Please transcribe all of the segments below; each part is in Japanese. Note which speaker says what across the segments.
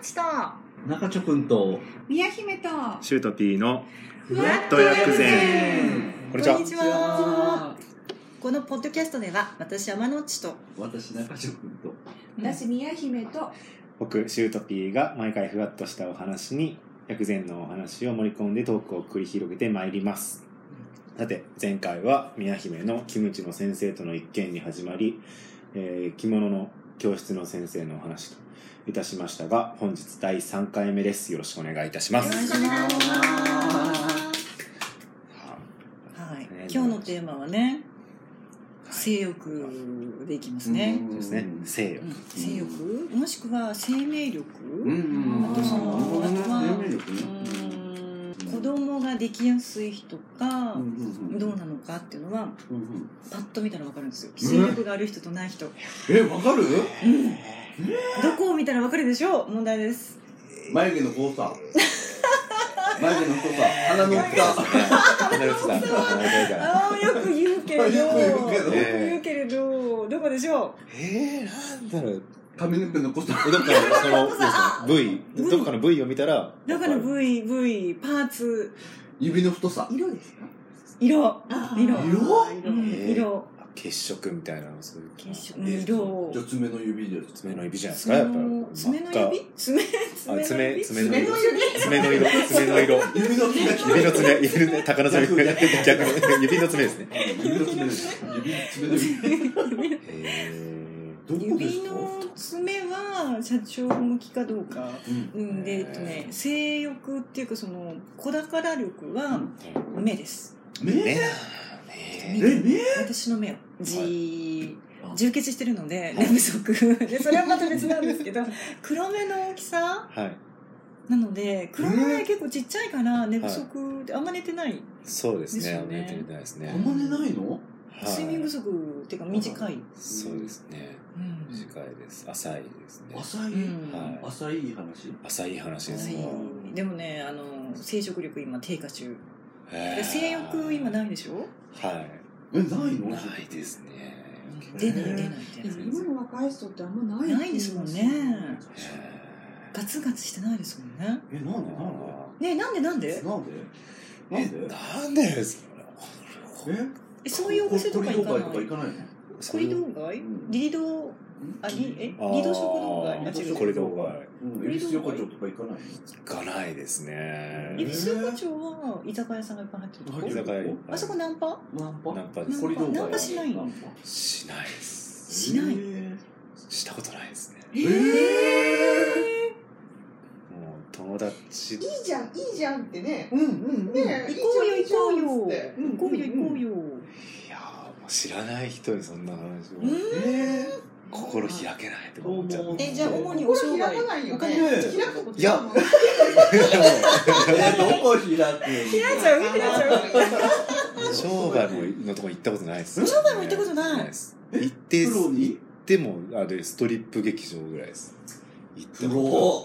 Speaker 1: ちと
Speaker 2: 中ちょくんと
Speaker 3: 宮姫と
Speaker 4: シュート P の
Speaker 1: ふわっ
Speaker 4: と薬
Speaker 1: 膳
Speaker 4: こんにちは
Speaker 5: こんにちは。このポッドキャストでは、私山之内と、
Speaker 2: 私中ちょくんと
Speaker 3: 私宮姫と
Speaker 4: 僕シュート P が毎回ふわっとしたお話に薬膳のお話を盛り込んでトークを繰り広げてまいりますさて前回は宮姫のキムチの先生との一件に始まり、えー着物の教室の先生のお話といたしましたが本日第3回目ですよろしくお願いいたしま
Speaker 5: お願い
Speaker 4: す
Speaker 5: します。は
Speaker 4: ね
Speaker 5: い。今日のテーマはね、性欲でいきますね。
Speaker 4: そうですね西洋
Speaker 5: うん性欲もしくは生命力
Speaker 2: うんうん
Speaker 5: あとその
Speaker 2: なるほどね
Speaker 5: あとは
Speaker 2: 生命力ね
Speaker 5: うん子供ができやすい人か
Speaker 2: うんうんうん
Speaker 5: どうなのかっていうのは
Speaker 2: うんうん
Speaker 5: パッと見たらわかるんですよ性欲がある人とない人
Speaker 2: えわかる
Speaker 5: どこを見たらわかるでしょう問題です
Speaker 2: 眉毛の濃さ眉毛の濃さ鼻の大きさ
Speaker 4: 鼻打つだ鼻打つだ
Speaker 5: ああよく言うけれど
Speaker 2: よく言うけど
Speaker 5: よく言うけれどどこでしょう
Speaker 4: えー、なんだろう
Speaker 2: 髪の毛の濃さ
Speaker 4: どっかのその部位どっかの部位を見たら
Speaker 5: どこの部位部位パーツ
Speaker 2: 指の太さ
Speaker 3: 色ですか
Speaker 5: 色
Speaker 3: あー
Speaker 5: 色
Speaker 2: 色
Speaker 5: うん色
Speaker 4: 血色みたいなのそういう
Speaker 5: 血色
Speaker 2: え
Speaker 5: 色
Speaker 2: じゃあ爪の指です
Speaker 4: 爪の指じゃないですか
Speaker 5: 爪
Speaker 4: やっぱ
Speaker 5: の爪の指爪
Speaker 4: あ爪
Speaker 5: 爪
Speaker 4: 爪の
Speaker 5: の
Speaker 4: 色
Speaker 5: 指
Speaker 4: 爪の色爪の色
Speaker 2: 指の爪
Speaker 4: 指の爪指の爪鷹の爪
Speaker 2: 逆逆
Speaker 4: 逆の指の爪で すね
Speaker 2: 指の爪です指爪の指
Speaker 4: へ
Speaker 2: どこです
Speaker 5: 指
Speaker 2: か
Speaker 5: の爪は社長向きかどうか。
Speaker 2: うん
Speaker 5: うん、で、えっとね、性欲っていうか、その、子宝力は目です。
Speaker 2: 目
Speaker 4: え
Speaker 2: え
Speaker 5: 見
Speaker 4: ね
Speaker 5: て
Speaker 2: 目
Speaker 5: 私の目を。じ
Speaker 2: はい
Speaker 5: ー、充血してるので、寝不足。で、それはまた別なんですけど、黒目の大きさ
Speaker 4: はい
Speaker 5: なので、黒目結構ちっちゃいから寝不足で、あんま寝てない。
Speaker 4: そうです
Speaker 5: です
Speaker 4: ね
Speaker 5: よね
Speaker 4: 寝てみたいです
Speaker 2: あ
Speaker 4: ね
Speaker 2: んま寝ないの
Speaker 4: はい
Speaker 5: 睡眠不足っていうか短い。
Speaker 4: そうですね
Speaker 5: うん
Speaker 4: 短いです浅いですね
Speaker 2: 浅い
Speaker 5: うん
Speaker 4: はい
Speaker 2: 浅い話
Speaker 4: 浅い話ですわ
Speaker 5: はいでもね、あの、生殖力今低下中。
Speaker 4: へ
Speaker 5: で
Speaker 4: ー
Speaker 5: 性欲今ないでしょ
Speaker 4: はい
Speaker 2: えないの
Speaker 4: ないですね。
Speaker 5: 出ない出ない
Speaker 4: へ
Speaker 5: 出ない。
Speaker 3: 今の若い人ってあんまない
Speaker 5: ないですもんね。
Speaker 4: ー
Speaker 5: ガツガツしてないですもんね。
Speaker 2: えなんでなんで
Speaker 5: ねえなんでなんで
Speaker 2: なんでな
Speaker 4: え
Speaker 2: んで
Speaker 4: なんでですか
Speaker 2: え
Speaker 5: えそういうお店とか行かない
Speaker 2: コリドー街とか行かないの
Speaker 5: コリドー街リリドー、あ、リ、え、リドー食堂街
Speaker 4: あ
Speaker 5: あ、違
Speaker 4: ー
Speaker 5: う。
Speaker 4: コリドー街
Speaker 2: うん恵比寿横丁とか行かない
Speaker 4: 行かないですね。
Speaker 5: 恵比寿横丁は居酒屋さんがいっぱい入ってるとこ
Speaker 4: 居酒屋に
Speaker 5: あそこナンパ
Speaker 2: のナンパ
Speaker 4: ナンパで
Speaker 5: ナン
Speaker 4: す
Speaker 5: パ
Speaker 2: コリドー街
Speaker 5: ナンパしないの
Speaker 2: ナン
Speaker 4: しないです。
Speaker 2: パ
Speaker 5: しない
Speaker 2: え
Speaker 4: したことないですね。
Speaker 2: ーえ
Speaker 4: もう友達
Speaker 3: いいじゃんいいじゃんってね
Speaker 2: ーうんうんうん
Speaker 3: ね
Speaker 5: 行こうよ
Speaker 3: いいじゃんいいじゃ
Speaker 5: 行
Speaker 3: ん
Speaker 5: こうよ
Speaker 3: っつって
Speaker 5: 行こうよ行こうよ。
Speaker 4: いやーもう知らない人にそんな話
Speaker 5: う
Speaker 4: を
Speaker 5: ん。
Speaker 2: え
Speaker 4: 心開けないとか思っちゃう
Speaker 2: どう。も
Speaker 5: え、じゃあ主にお商
Speaker 3: 心開
Speaker 5: 売
Speaker 3: か。ないよね
Speaker 5: お金
Speaker 2: ね
Speaker 3: 開くこと
Speaker 4: いや
Speaker 3: もう
Speaker 2: ーどこ開く
Speaker 5: 開いちゃう開いちゃう。
Speaker 4: 商売ものとこ行ったことないです。
Speaker 5: 商売も行ったことない
Speaker 4: です。行って
Speaker 2: プロに
Speaker 4: でもあでストリップ劇場ぐらいです行った
Speaker 2: プ
Speaker 4: こ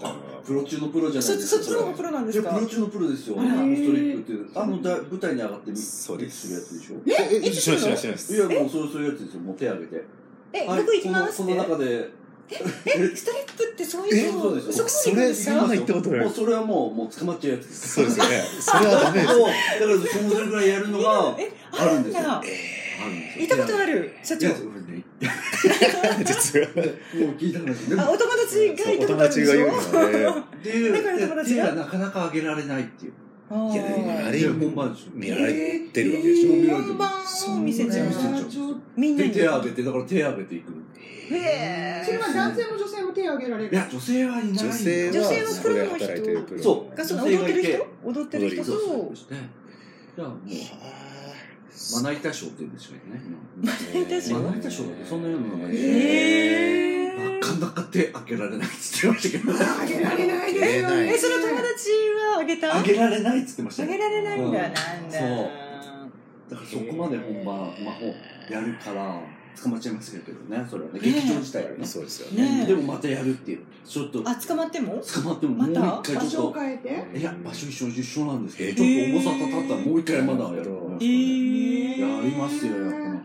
Speaker 2: ロ
Speaker 4: とあったのは
Speaker 2: プロ中のプロじゃな
Speaker 5: そ
Speaker 2: い
Speaker 5: っ
Speaker 2: で
Speaker 5: ちそ
Speaker 2: す
Speaker 5: っ
Speaker 2: か
Speaker 5: ちの方がプロなんで
Speaker 2: いや
Speaker 5: す
Speaker 2: プ
Speaker 5: か。
Speaker 2: ロ中のプロですよ、
Speaker 5: へ
Speaker 2: ス
Speaker 5: ー
Speaker 2: トリップっていうあのだ舞台に上がってみ
Speaker 4: そうです
Speaker 2: るやつでしょ
Speaker 4: ええしないしないしないで
Speaker 2: い
Speaker 4: す
Speaker 2: やもうそうそういうやつですよもう手挙げて
Speaker 5: え、
Speaker 2: はい
Speaker 5: 僕行きますっ
Speaker 2: こ
Speaker 5: て
Speaker 2: のこ。の中で
Speaker 5: え、ストリップってそういう
Speaker 2: そうですよ
Speaker 5: そこまで行くん
Speaker 4: それ
Speaker 5: です
Speaker 4: それ
Speaker 5: か
Speaker 4: まで行ったことない
Speaker 2: もうそれはもうもう捕まっちゃうやつです
Speaker 4: そうですよねそれはダメ です
Speaker 2: そうだからそのそれぐらいやるのが
Speaker 5: え、
Speaker 2: あ
Speaker 5: あ
Speaker 2: る
Speaker 5: る
Speaker 2: ん
Speaker 5: ん
Speaker 2: ですよ
Speaker 5: だ。
Speaker 2: あるんです
Speaker 5: 行ったことある社長
Speaker 2: いや。そうね
Speaker 4: 実は
Speaker 2: もう聞いた話ね
Speaker 5: あ、お友達が行
Speaker 4: お
Speaker 5: ったこ
Speaker 4: 友
Speaker 5: とある
Speaker 4: 達
Speaker 5: で
Speaker 4: が
Speaker 5: し
Speaker 4: 言う
Speaker 5: ょ
Speaker 4: ので
Speaker 2: で
Speaker 5: だから友達が
Speaker 2: 手がなかなか上げられないっていう
Speaker 5: あー
Speaker 4: いやあれ
Speaker 2: で本番中
Speaker 4: 見られてるわけでしょ、
Speaker 2: え
Speaker 5: 本番を見せちゃう
Speaker 2: 見せちゃう
Speaker 5: みんな
Speaker 2: で
Speaker 5: に
Speaker 2: 手挙げてだから手挙げていくい
Speaker 5: へー
Speaker 3: それは男性も女性も手を挙げられる
Speaker 2: や女性はいないんだ
Speaker 4: 女性は
Speaker 5: 女性は
Speaker 4: そこで働いてるプロ
Speaker 2: そう
Speaker 5: がその踊ってる
Speaker 2: 女性
Speaker 5: 人
Speaker 2: がい
Speaker 5: 踊ってる人
Speaker 2: そうそう
Speaker 5: と
Speaker 2: ですねじゃあもう
Speaker 4: は
Speaker 2: まな板賞って言うんですよね。
Speaker 4: ー
Speaker 5: 板賞
Speaker 2: まな板賞ってそんなような名前
Speaker 4: へ
Speaker 5: へ
Speaker 2: な
Speaker 5: ー
Speaker 2: かなか手開けられないって言ってましたけど。
Speaker 3: あげられないですよね
Speaker 5: え、その友達はあげた
Speaker 2: あげられないって言ってました
Speaker 5: あ
Speaker 2: よ
Speaker 5: げられないんだ、
Speaker 2: う
Speaker 5: なんだ。
Speaker 2: だからそこまで本番、まあ、ほやるから、捕まっちゃいますけどね、それは
Speaker 5: ね
Speaker 2: ね。
Speaker 5: え
Speaker 2: 劇場自体はね
Speaker 4: ー。そうですよね
Speaker 5: ねえ
Speaker 2: でもまたやるっていう。ちょっと、捕
Speaker 5: あ、捕まっても
Speaker 2: まってももう一
Speaker 5: ま
Speaker 2: 回
Speaker 3: 場
Speaker 2: ち
Speaker 3: 所
Speaker 2: ょ
Speaker 3: を
Speaker 2: っと。
Speaker 3: 変えて
Speaker 4: え
Speaker 2: いや、場所一緒一緒なんですけど、
Speaker 4: え
Speaker 2: ちょっと重さたたったらもう一回まだやる。
Speaker 4: え
Speaker 5: ー
Speaker 2: やりますよ、やっぱなかなか。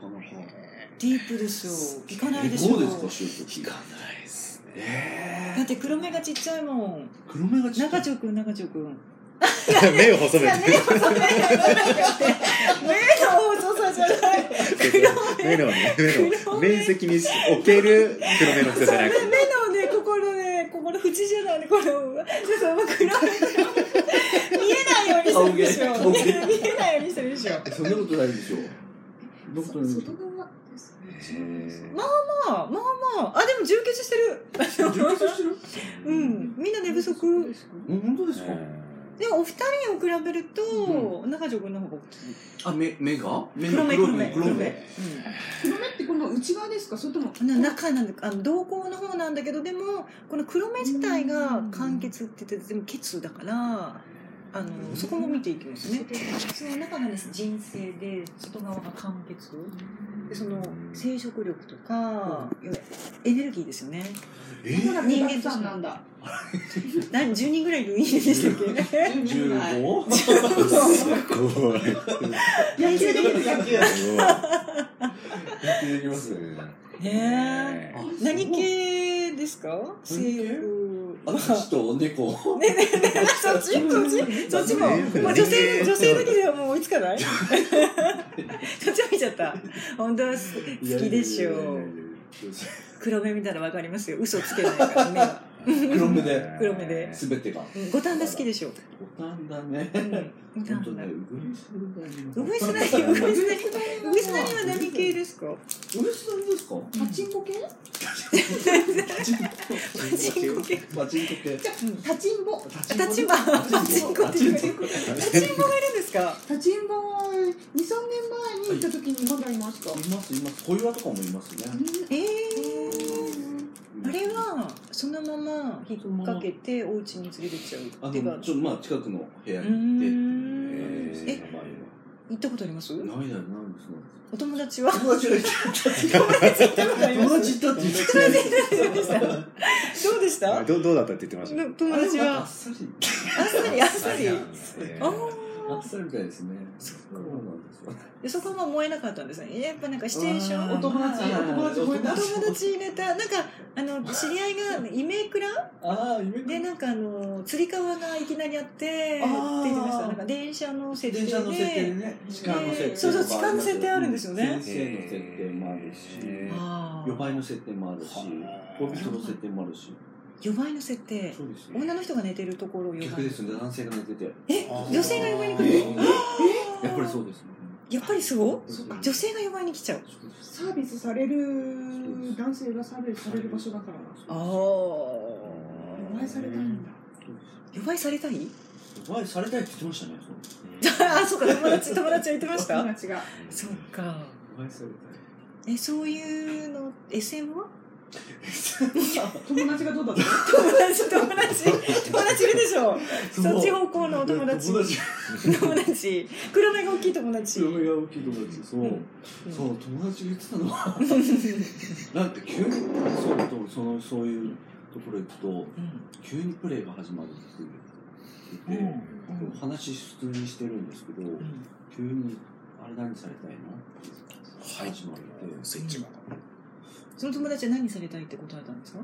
Speaker 5: ディープでしょ。行かない
Speaker 2: え
Speaker 5: でしょ。
Speaker 2: どうですか、シュート。
Speaker 4: 行かないですね
Speaker 2: え
Speaker 5: だって黒目がちっちゃいもん。
Speaker 2: 黒目がちっちゃ
Speaker 5: 中
Speaker 2: い
Speaker 5: 条くん、中条くん。
Speaker 4: 目を細
Speaker 5: い
Speaker 4: め
Speaker 5: や、目
Speaker 4: て
Speaker 5: を細めないの目の細さじゃない。
Speaker 4: 目のね目の
Speaker 5: 黒目
Speaker 4: 面積における黒目の人じゃな
Speaker 5: 目
Speaker 4: い
Speaker 5: のね、ここのね、ここの縁じゃないね、この、ちょっと黒目の。見えないようにするでしょ。
Speaker 2: 青
Speaker 5: 見
Speaker 2: 毛青
Speaker 5: えないようにするでしょ。
Speaker 2: えそんなことないでしょそんなことないでし
Speaker 3: 外側です
Speaker 4: へ
Speaker 3: ね
Speaker 4: ー
Speaker 5: まあまあ、まあまあ。あ、でも充血してる。
Speaker 2: ょ充血してる
Speaker 5: うん。みんな寝不足。
Speaker 2: うん本当ですか
Speaker 5: でもお二人を比べると、中条くんの方が大きい。
Speaker 2: あ目目が目
Speaker 5: 黒目
Speaker 2: 黒
Speaker 5: 黒目
Speaker 2: 目黒目
Speaker 3: 黒目ってこの内側ですかそれとも
Speaker 5: うん、な中なんだあの瞳孔の方なんだけどでもこの黒目自体が完結って言って全部血だからあのそこも見ていきますねその中がね人生で外側が完結でその生殖力とか、エネルギーですよね
Speaker 2: え
Speaker 3: だから人
Speaker 5: 人間
Speaker 3: 間
Speaker 5: として
Speaker 3: さんなんだ
Speaker 5: 何10人ぐらいいる人で したっけ
Speaker 2: 十五
Speaker 4: 怖い
Speaker 3: 野球できる野球
Speaker 2: できますね
Speaker 5: ねえ
Speaker 2: あ
Speaker 5: 何系ですか性欲
Speaker 2: 私と猫
Speaker 5: ねえねえねえ そっちそっちそっちも、
Speaker 4: ねえ
Speaker 5: まあ、女性女性だけではもう追いつか ないそっちを見ちゃった本当は好きでしょう黒目見たらわかりますよ嘘つけないからね
Speaker 2: 黒目で
Speaker 5: 黒目です
Speaker 2: べてが
Speaker 5: うん五反田好きでしょう、
Speaker 2: 五反田ね
Speaker 5: うん、五
Speaker 2: 本
Speaker 5: 反
Speaker 2: 当ね
Speaker 5: 田
Speaker 2: うぐいすだね
Speaker 5: ウグイスナギウグイスナギウグイスナギは
Speaker 2: は
Speaker 5: 何系ですか
Speaker 2: ウグイスナギですか
Speaker 3: パチンコ系
Speaker 2: パチンコ
Speaker 5: パチンコ系
Speaker 2: パチンコ系
Speaker 3: パチンボ
Speaker 2: パ
Speaker 5: 立ち場パチンコっていう
Speaker 2: パチンコ
Speaker 5: 立ちんぼがいるんですか
Speaker 3: パチンボは23年前に行った時にまだいました、
Speaker 2: いますいます小岩とかもいますね
Speaker 5: ええあれはそのまま引っ掛けてお家に連れてっちゃ
Speaker 2: あ
Speaker 5: う
Speaker 2: の
Speaker 5: 手が
Speaker 2: ちょっとまあ近くの部屋
Speaker 5: う
Speaker 2: に
Speaker 5: ー
Speaker 2: 行って
Speaker 5: ん
Speaker 2: え
Speaker 5: え
Speaker 2: ー名前は
Speaker 5: 行ったことあります
Speaker 2: ないだよなんですなんです
Speaker 5: お友達は
Speaker 2: 友達がいた 友達いたって言って
Speaker 5: どうでした
Speaker 4: どどうだったって言ってました
Speaker 5: の友達
Speaker 2: あっ
Speaker 5: は
Speaker 2: さり
Speaker 5: あっさりあっさりあ
Speaker 4: あ
Speaker 2: あ
Speaker 5: ー
Speaker 2: っさりみたいですねそうなんですよ
Speaker 5: でそこも燃えなかったんですねやっぱなんかシチュエーション
Speaker 2: あー
Speaker 5: お友達
Speaker 2: お友達
Speaker 3: お友達
Speaker 5: お友達ネタなんかあの知り合いがイメクラ
Speaker 2: ああ夢
Speaker 5: でなんかあのつり革がいきなりあってって言ってましたなんか電車の設定
Speaker 2: 電車の設定
Speaker 5: で
Speaker 2: ね時間の設定
Speaker 5: そうそう時間の設定あるんですよね
Speaker 2: 先生の設定もあるし
Speaker 4: へ
Speaker 5: あ
Speaker 2: 予
Speaker 5: ー
Speaker 2: 売の設定もあるし
Speaker 4: はあ
Speaker 2: 恋人の設定もあるし
Speaker 5: 予売の設定
Speaker 2: そうですよ
Speaker 5: 女の人が寝てるところを予
Speaker 2: 逆
Speaker 5: 売
Speaker 2: ですね男性が寝てて
Speaker 5: え女性が呼ばれに来る
Speaker 2: え
Speaker 5: のあー
Speaker 2: やっぱりそうですね
Speaker 5: やっぱりそう
Speaker 2: そうか
Speaker 5: 女性が呼ばれに来ちゃう
Speaker 2: そうです
Speaker 3: サービスされる男性がサービスされる場所だから
Speaker 5: あ
Speaker 3: お
Speaker 5: あ
Speaker 3: 前されたいんだ
Speaker 5: 予売されたい
Speaker 2: お前されたいって言ってましたね。
Speaker 5: あそうか友達友達は言ってまし
Speaker 3: 友
Speaker 5: た
Speaker 3: 達が
Speaker 5: そうか
Speaker 2: お前され
Speaker 5: えそういうの SM は
Speaker 2: たい。
Speaker 3: 友達がどうだった
Speaker 5: 友達友達友達いるでしょそっち
Speaker 2: 方
Speaker 5: 方向のお友達
Speaker 2: 友達。
Speaker 5: 友達黒目が大きい友達
Speaker 2: 強めが大きい友達。そう。
Speaker 5: うん
Speaker 2: そう友達が言ってたのは、なんか急にそうとそのそういうところ行くと
Speaker 5: うん
Speaker 2: 急にプレーが始まるって
Speaker 5: うん
Speaker 2: 言って
Speaker 5: う
Speaker 2: て、
Speaker 5: ん
Speaker 2: 話普通にしてるんですけど、
Speaker 5: うん
Speaker 2: 急にあれ何されたいのって始まって。
Speaker 4: スイッチも
Speaker 5: その友達は何されたいって答えたんですか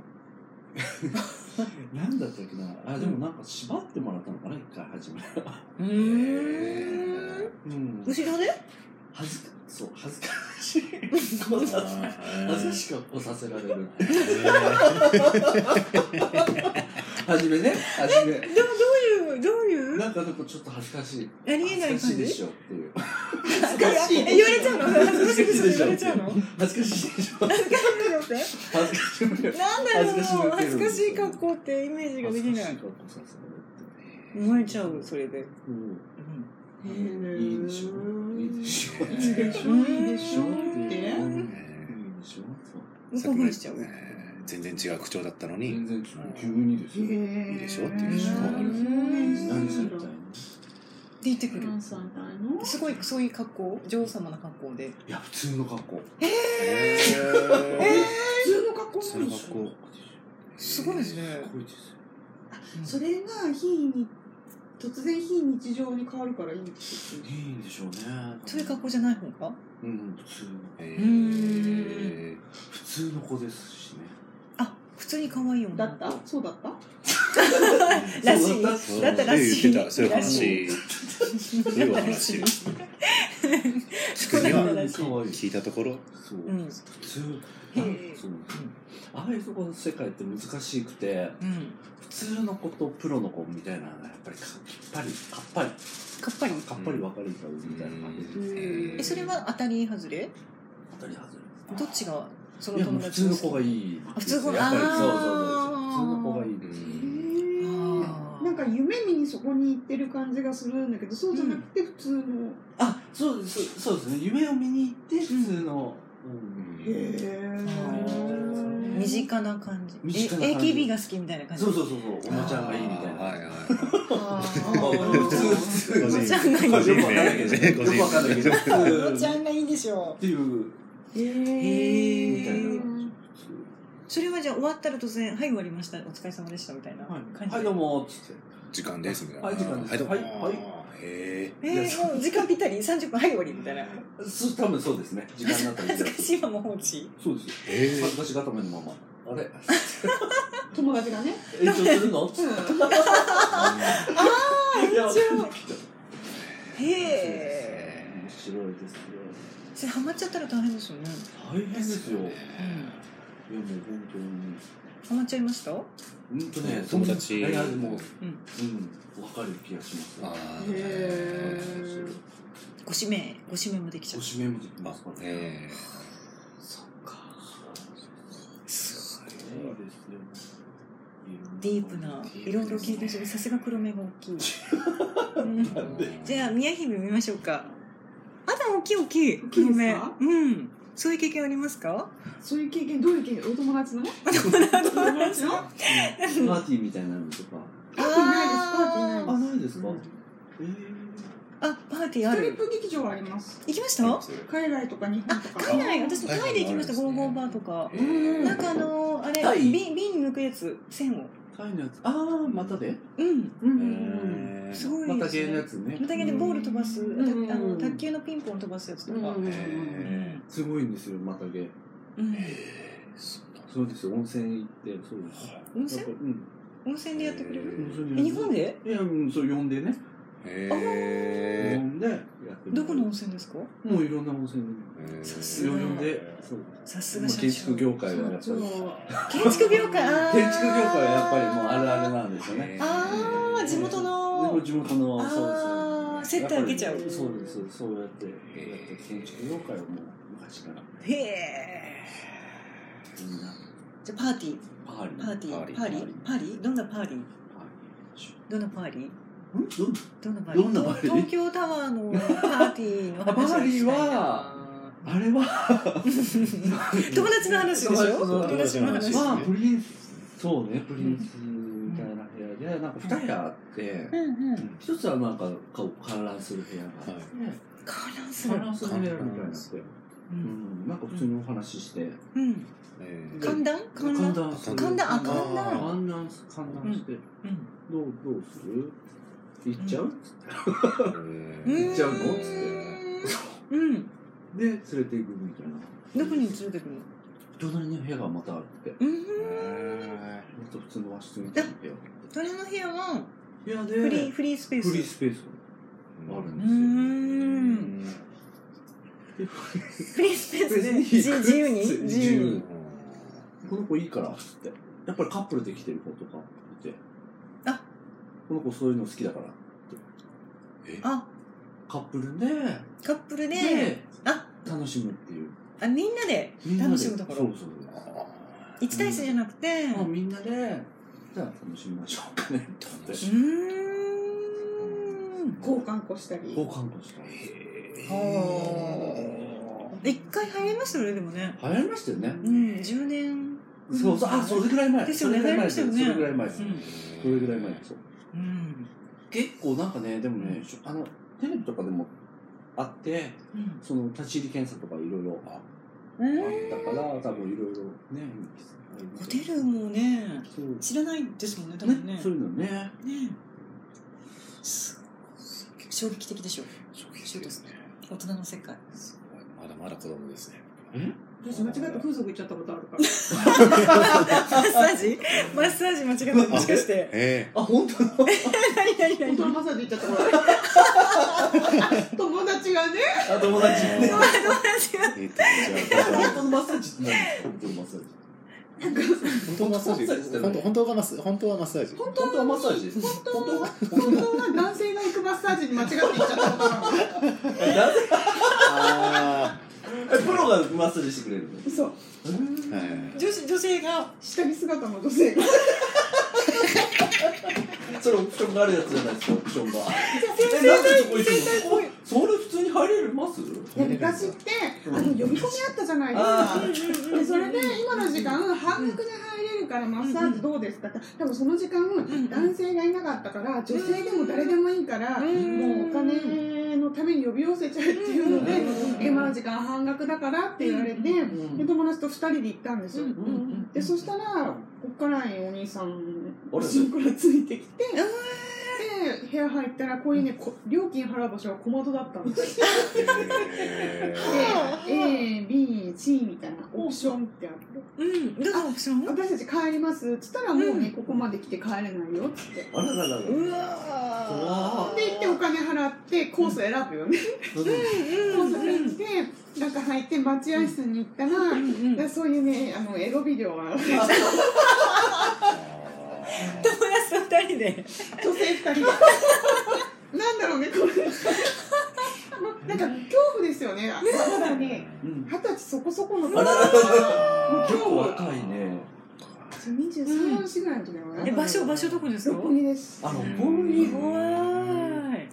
Speaker 2: なんだったっけなあでもなんか縛ってもらったのかな一回始め
Speaker 5: うーん
Speaker 2: うん
Speaker 5: 後 ろで
Speaker 2: 恥ずかそう恥ずかしいことさせ恥ずかしくこさせられるはじめねはじ
Speaker 5: で
Speaker 2: め
Speaker 5: もどういうどういう
Speaker 2: なんかなんかちょっと恥ずかしい
Speaker 5: ありえ
Speaker 2: 恥
Speaker 5: な
Speaker 2: ず
Speaker 5: い感
Speaker 2: かしいで
Speaker 5: じ
Speaker 2: しょっていう
Speaker 5: え言われちゃうの恥ずかしいこと言われちゃうの
Speaker 2: 恥ずかしいでしょ
Speaker 5: 恥ずかしいことって
Speaker 2: 恥ずかしい恥ずか
Speaker 5: なんだろ
Speaker 2: 恥ずかしいうの
Speaker 5: 恥ずかしい格好ってイメージができ
Speaker 2: し
Speaker 5: ないい
Speaker 2: 格好させられ
Speaker 5: 生
Speaker 2: て
Speaker 5: まれちゃうそれで、
Speaker 2: うん
Speaker 3: へ
Speaker 2: いいでしょいいでしょ
Speaker 3: いいでしょいいでしょって
Speaker 2: うんいいでしょそう
Speaker 5: うん、興奮しちゃう
Speaker 4: 全然違う口調だったの
Speaker 2: 全
Speaker 4: に
Speaker 2: 然急にですよ
Speaker 4: い
Speaker 3: い
Speaker 4: いでしょっていう人もある
Speaker 2: 何されたいの
Speaker 5: 出てくる
Speaker 3: 何歳なの
Speaker 5: すごいそういう格好女王様の格好で
Speaker 2: いや普通の格好
Speaker 4: え
Speaker 3: 普通の格好
Speaker 4: そ
Speaker 3: す
Speaker 4: の
Speaker 3: る
Speaker 4: 格好
Speaker 5: すごいですね
Speaker 2: すごいですよ
Speaker 3: それが非に突然非日常に変わるからいいって言って
Speaker 2: いいんでしょうね
Speaker 5: そういう格好じゃない方が
Speaker 2: うん普通の
Speaker 4: え
Speaker 5: ー
Speaker 2: 普通の子ですしね
Speaker 5: あ普普通に可愛い女
Speaker 3: だ
Speaker 5: の
Speaker 3: っ
Speaker 5: 子
Speaker 3: たそうだった
Speaker 5: らしい
Speaker 2: そう
Speaker 4: そう
Speaker 5: だったらしい
Speaker 4: 言ってたそういう話そういうお話しく
Speaker 5: そう
Speaker 4: に
Speaker 5: だ
Speaker 4: は
Speaker 5: ったらしい
Speaker 2: 可愛い
Speaker 4: 聞いたところ
Speaker 2: そう、
Speaker 5: うん
Speaker 2: 普通
Speaker 5: へ
Speaker 2: なん
Speaker 5: え
Speaker 2: そうああいうとこの世界って難しくて
Speaker 5: うん
Speaker 2: 普通の子とプロの子みたいなのがやっぱりかっぱりかっぱり
Speaker 5: かっぱり
Speaker 2: かっぱり分かれちゃうみたいな感じで、
Speaker 3: うん
Speaker 5: えそれは当たり外れ
Speaker 2: 当たり外れ
Speaker 5: どっちがその
Speaker 2: いやも
Speaker 5: 友
Speaker 2: う普
Speaker 5: 達
Speaker 2: 通の子
Speaker 5: い
Speaker 2: がいい
Speaker 5: あ普通の子
Speaker 2: やっぱりそうそうそう
Speaker 5: あー
Speaker 2: 普通の子がいいです、
Speaker 5: あー
Speaker 3: なんか夢見にそこに行ってる感じがするんだけどそうじゃなくて普通の、
Speaker 2: あそうですそうですね夢を見に行って普通の、うん
Speaker 3: へえ
Speaker 2: ー
Speaker 5: 身近な感じ
Speaker 2: 身近な
Speaker 5: え
Speaker 2: 感じ
Speaker 5: AKB が好きみたいな感じ
Speaker 2: そうそうそうそうおもちゃがいいみたいな、
Speaker 4: はい
Speaker 5: あー
Speaker 2: 普通普通
Speaker 5: おもちゃ
Speaker 4: はい
Speaker 5: が
Speaker 4: 個
Speaker 5: いい
Speaker 4: 人名
Speaker 2: よくわかんないけどよくわかんないけど
Speaker 5: おもちゃがいいでしょ
Speaker 2: っていう
Speaker 3: へ
Speaker 5: へー
Speaker 2: みたいな
Speaker 3: うん
Speaker 5: それはじゃあ終わったら突然「はい終わりましたお疲れ様でした」みたいな感
Speaker 2: はい、
Speaker 5: じ、
Speaker 2: はい、どうもっつっ
Speaker 4: 時間ですみたいな
Speaker 2: はい時間です
Speaker 4: はいどうも
Speaker 2: はいはい
Speaker 4: へ
Speaker 5: えー、もう時間ぴったり30分はい終わりみたいな
Speaker 2: てそう多分そうですね時間になったり
Speaker 5: 恥ずかしいまま放置
Speaker 2: そうですよ
Speaker 4: えへ
Speaker 2: 恥ずかしがためのままあれ
Speaker 3: 友達がね、
Speaker 2: 延長するのい
Speaker 4: え
Speaker 2: や
Speaker 5: 延へえ
Speaker 2: 面白いですね
Speaker 5: それハマっちゃったら大変ですよね
Speaker 2: 大変ですよいやもう
Speaker 5: ハ
Speaker 2: 本当に
Speaker 5: マっちゃいました
Speaker 2: 本当ね
Speaker 4: 友達
Speaker 2: いやいやでも
Speaker 5: う
Speaker 2: うんん、分かる気がします
Speaker 4: あ
Speaker 3: へ
Speaker 4: ー
Speaker 3: ー
Speaker 5: ご指名ご指名もできちゃ
Speaker 2: お
Speaker 5: っ
Speaker 2: しめもできま
Speaker 4: まあ
Speaker 2: すから
Speaker 4: え
Speaker 2: そっか
Speaker 5: す
Speaker 2: ごいですよ
Speaker 5: たディープないろいろ経験してるさすが黒目が大き い、うんじゃあ宮姫見ましょうかあだ大きい大きい
Speaker 3: 大きい
Speaker 5: 黒
Speaker 3: です
Speaker 5: 目
Speaker 3: か
Speaker 5: うんそういう経験ありますか
Speaker 3: そういう経験どういう経験お友達のパ
Speaker 5: 友達の
Speaker 3: パ
Speaker 2: うんパーティーみたいなのとか
Speaker 3: ーティーないですパーティーな
Speaker 5: あ
Speaker 3: いで
Speaker 5: ー
Speaker 3: す
Speaker 2: あないですか、
Speaker 3: うん
Speaker 2: え
Speaker 5: あパーティーあ
Speaker 3: ストリッ
Speaker 5: る
Speaker 3: プ劇場はあります
Speaker 5: 行きました
Speaker 3: 海外とか日本とか
Speaker 5: 海外私タイで行きました
Speaker 4: あー
Speaker 5: ゴーゴーバーとか
Speaker 4: へー
Speaker 5: なんかあのあれ
Speaker 2: タイ
Speaker 5: 瓶瓶抜くやつ線を
Speaker 2: ー、タイのやつああまたで
Speaker 5: うん
Speaker 3: うんうんうん
Speaker 4: へー
Speaker 5: すごいですね
Speaker 2: また芸のやつね
Speaker 5: またげでボール飛ばす、
Speaker 3: うん
Speaker 5: あの卓球のピンポン飛ばすやつとか、
Speaker 3: うん
Speaker 4: へ
Speaker 2: すごいんですよまた芸
Speaker 5: うん
Speaker 4: ーそんな
Speaker 2: そうですよ温泉行ってそうで
Speaker 5: 温泉
Speaker 2: すやっぱうん
Speaker 5: 温泉でやってくれる、
Speaker 2: 温泉
Speaker 5: え日本で
Speaker 2: いやうんそう呼んでね呼
Speaker 4: へ
Speaker 2: んでやってる
Speaker 5: どこの温泉ですか
Speaker 2: もういろんな温泉
Speaker 4: ー
Speaker 5: さ
Speaker 2: 呼
Speaker 5: すが
Speaker 2: んでそう
Speaker 5: さすが
Speaker 2: まあ
Speaker 5: 社長
Speaker 2: 建築業界はやっぱり
Speaker 3: そう
Speaker 5: 建築業界あー
Speaker 2: 建築業界はやっぱりもうあるあるなんですよね。
Speaker 5: あー地元
Speaker 2: で
Speaker 5: の
Speaker 2: も地元の
Speaker 5: あ
Speaker 2: そ
Speaker 5: ー
Speaker 2: うです
Speaker 5: 接待受けちゃう
Speaker 2: やっぱりそうですそうやってやって建築業界はもう昔から
Speaker 5: へえ
Speaker 2: みんな
Speaker 5: じゃあパーティー
Speaker 2: パーリー
Speaker 5: パーティ
Speaker 4: パーリ
Speaker 5: ー
Speaker 4: ー
Speaker 5: パーリーパーリーどんなパーリーどんなパーリー
Speaker 2: どん
Speaker 5: どんなパーリー
Speaker 2: どんなパーリー
Speaker 5: 東京タワーのパーティーの話をしたいな
Speaker 2: あパーリーはあれは
Speaker 5: 友達の話でしょ友達
Speaker 2: 友
Speaker 4: 達
Speaker 5: の
Speaker 4: の
Speaker 5: 話
Speaker 4: 話
Speaker 2: まあプリンスそうねプリンスみたいな部屋でなんか二部屋あって
Speaker 5: うんうん
Speaker 2: 一つはなんかこう観覧する部屋があって
Speaker 5: 観覧する
Speaker 2: 観覧する部屋みたいになって
Speaker 5: う
Speaker 2: うんんなんか普通にお話しして
Speaker 5: うん
Speaker 4: え
Speaker 5: 観覧観覧
Speaker 2: 観覧する
Speaker 5: 観覧あ観
Speaker 4: 覧
Speaker 2: 観覧す観覧して
Speaker 5: うん
Speaker 2: どうどうする行っちゃう、
Speaker 5: うん
Speaker 2: 行っちゃうのつって
Speaker 5: うん
Speaker 2: で連れて行くみたいな
Speaker 5: どこに連れてくの
Speaker 2: 隣に部屋がまたあってま
Speaker 5: うん
Speaker 2: た普通の和室みたいな部屋
Speaker 5: 隣の部屋は
Speaker 2: 部屋で
Speaker 5: フリーフリースペース
Speaker 2: フリースペースがある
Speaker 5: うー
Speaker 2: ん
Speaker 5: ん
Speaker 2: ですよでフリース
Speaker 5: フリースペースで
Speaker 2: ペー
Speaker 5: じ
Speaker 2: ス
Speaker 5: 自由に
Speaker 2: 自由
Speaker 5: 自由に
Speaker 2: この子いいからっつってやっぱりカップルで来てる子とかいて
Speaker 5: あ
Speaker 2: この子そういうの好きだから
Speaker 5: あ
Speaker 2: カップルで
Speaker 5: カップルで
Speaker 2: で
Speaker 5: あ
Speaker 2: 楽しむっていう
Speaker 5: あみんなで
Speaker 2: みんなで
Speaker 5: 楽しむとこ
Speaker 2: そう
Speaker 5: ろ
Speaker 2: そうそう
Speaker 5: 一対一じゃなくて
Speaker 2: まあ
Speaker 5: う
Speaker 2: みんなでじゃあ楽しみましょうかねって言って
Speaker 5: ーん
Speaker 3: 交換こしたり
Speaker 2: 好感度した
Speaker 5: はあ一回流行りましたよねでもね
Speaker 2: 流行りましたよね、
Speaker 5: うん10年
Speaker 2: そうそうあそれぐらい前
Speaker 5: ですよね
Speaker 2: それぐらい前です
Speaker 5: 流行りましたよね
Speaker 2: それぐらい前です、
Speaker 5: うん
Speaker 2: それぐらい前です
Speaker 5: うん
Speaker 2: 結構なんかねでもねしょあのテレビとかでもあって
Speaker 5: うん
Speaker 2: その立ち入り検査とかいろいろあったから多分いろいろね
Speaker 5: ホテルもね
Speaker 2: そうね
Speaker 5: 知らないですもんね多分ね
Speaker 2: そういうのね
Speaker 5: ねすごい衝撃的でしょ大人の世界
Speaker 4: まだまだ子供ですね。
Speaker 3: 私間違って風俗行っちゃったことあるから。
Speaker 5: マッサージマッサージ間違ったもしか して
Speaker 4: え
Speaker 2: あ本当だ
Speaker 5: 何何
Speaker 3: 本
Speaker 5: 何
Speaker 3: 当のマッサージ行っちゃったことあ る。友達がね。
Speaker 2: あ友達ね
Speaker 5: 友達が
Speaker 4: ええっとじゃあ
Speaker 2: 本当のマッサージって何本当のマッサージ
Speaker 4: 本当のマッサージ本当本当がマッサ本当はマッサージ
Speaker 3: 本
Speaker 2: 本当
Speaker 3: 当
Speaker 2: は
Speaker 3: は
Speaker 2: マッサージ
Speaker 3: 本当は本当は男性が行くマッサージに間違って行っちゃったことある。
Speaker 2: なぜ
Speaker 4: あ
Speaker 2: えプロがマッサージしてくれるの
Speaker 3: そう。
Speaker 4: あはいはいはい
Speaker 5: 女子女性が
Speaker 3: 下着姿の女性が。
Speaker 2: それオプションがあるやつじゃないですかオプションが
Speaker 5: 先
Speaker 2: えなんでそこ
Speaker 5: 生
Speaker 2: 行
Speaker 5: 先
Speaker 2: くのそれ普通に入れます
Speaker 3: で昔ってあの呼び込みあったじゃないです
Speaker 2: あ
Speaker 3: か
Speaker 2: あ。
Speaker 3: でそれで今の時間半額で入れるからマッサージどうですかって多分その時間
Speaker 5: ん
Speaker 3: 男性がいなかったから女性でも誰でもいいからも
Speaker 5: うん
Speaker 3: うお金のために呼び寄せちゃえっていうの
Speaker 2: うん
Speaker 3: で今の時間半額だからって言われて
Speaker 2: ん
Speaker 3: で友達と2人で行ったんですよ
Speaker 5: うんうん
Speaker 3: でそしたらこっからいお兄さん
Speaker 2: あれ
Speaker 3: シンクラついてきてで部屋入ったらこういうねこ料金払う場所が小窓だったん ですよ
Speaker 4: え
Speaker 5: はあ
Speaker 3: ABC みたいなオプションってあって。
Speaker 5: うんどのオプション
Speaker 3: 私たち帰りますっつったらもう
Speaker 5: う
Speaker 3: ね、
Speaker 5: ん
Speaker 3: ここまで来て帰れないよっつって。
Speaker 2: あらららら
Speaker 5: うわ
Speaker 2: 怖
Speaker 3: で行ってお金払ってコース選ぶよね、
Speaker 5: うん
Speaker 3: コ
Speaker 5: うん
Speaker 3: ース
Speaker 5: う
Speaker 3: 選
Speaker 5: ん
Speaker 3: んで中入って待合室に行ったら,、
Speaker 5: うんうん
Speaker 3: そういうねあのエロビデオは女性
Speaker 5: 友達と二人で
Speaker 3: 2人がなんだろうねこれまなんか恐怖ですよねまだね
Speaker 2: うん
Speaker 3: 二十歳そこそこの
Speaker 2: あららら
Speaker 3: もう
Speaker 2: 結構
Speaker 3: 今
Speaker 2: 若いね
Speaker 3: 23歳ぐらいの時だよ
Speaker 5: え
Speaker 3: ね
Speaker 5: 場所場所どこですか
Speaker 3: 六本木です
Speaker 2: あの本人
Speaker 5: 怖い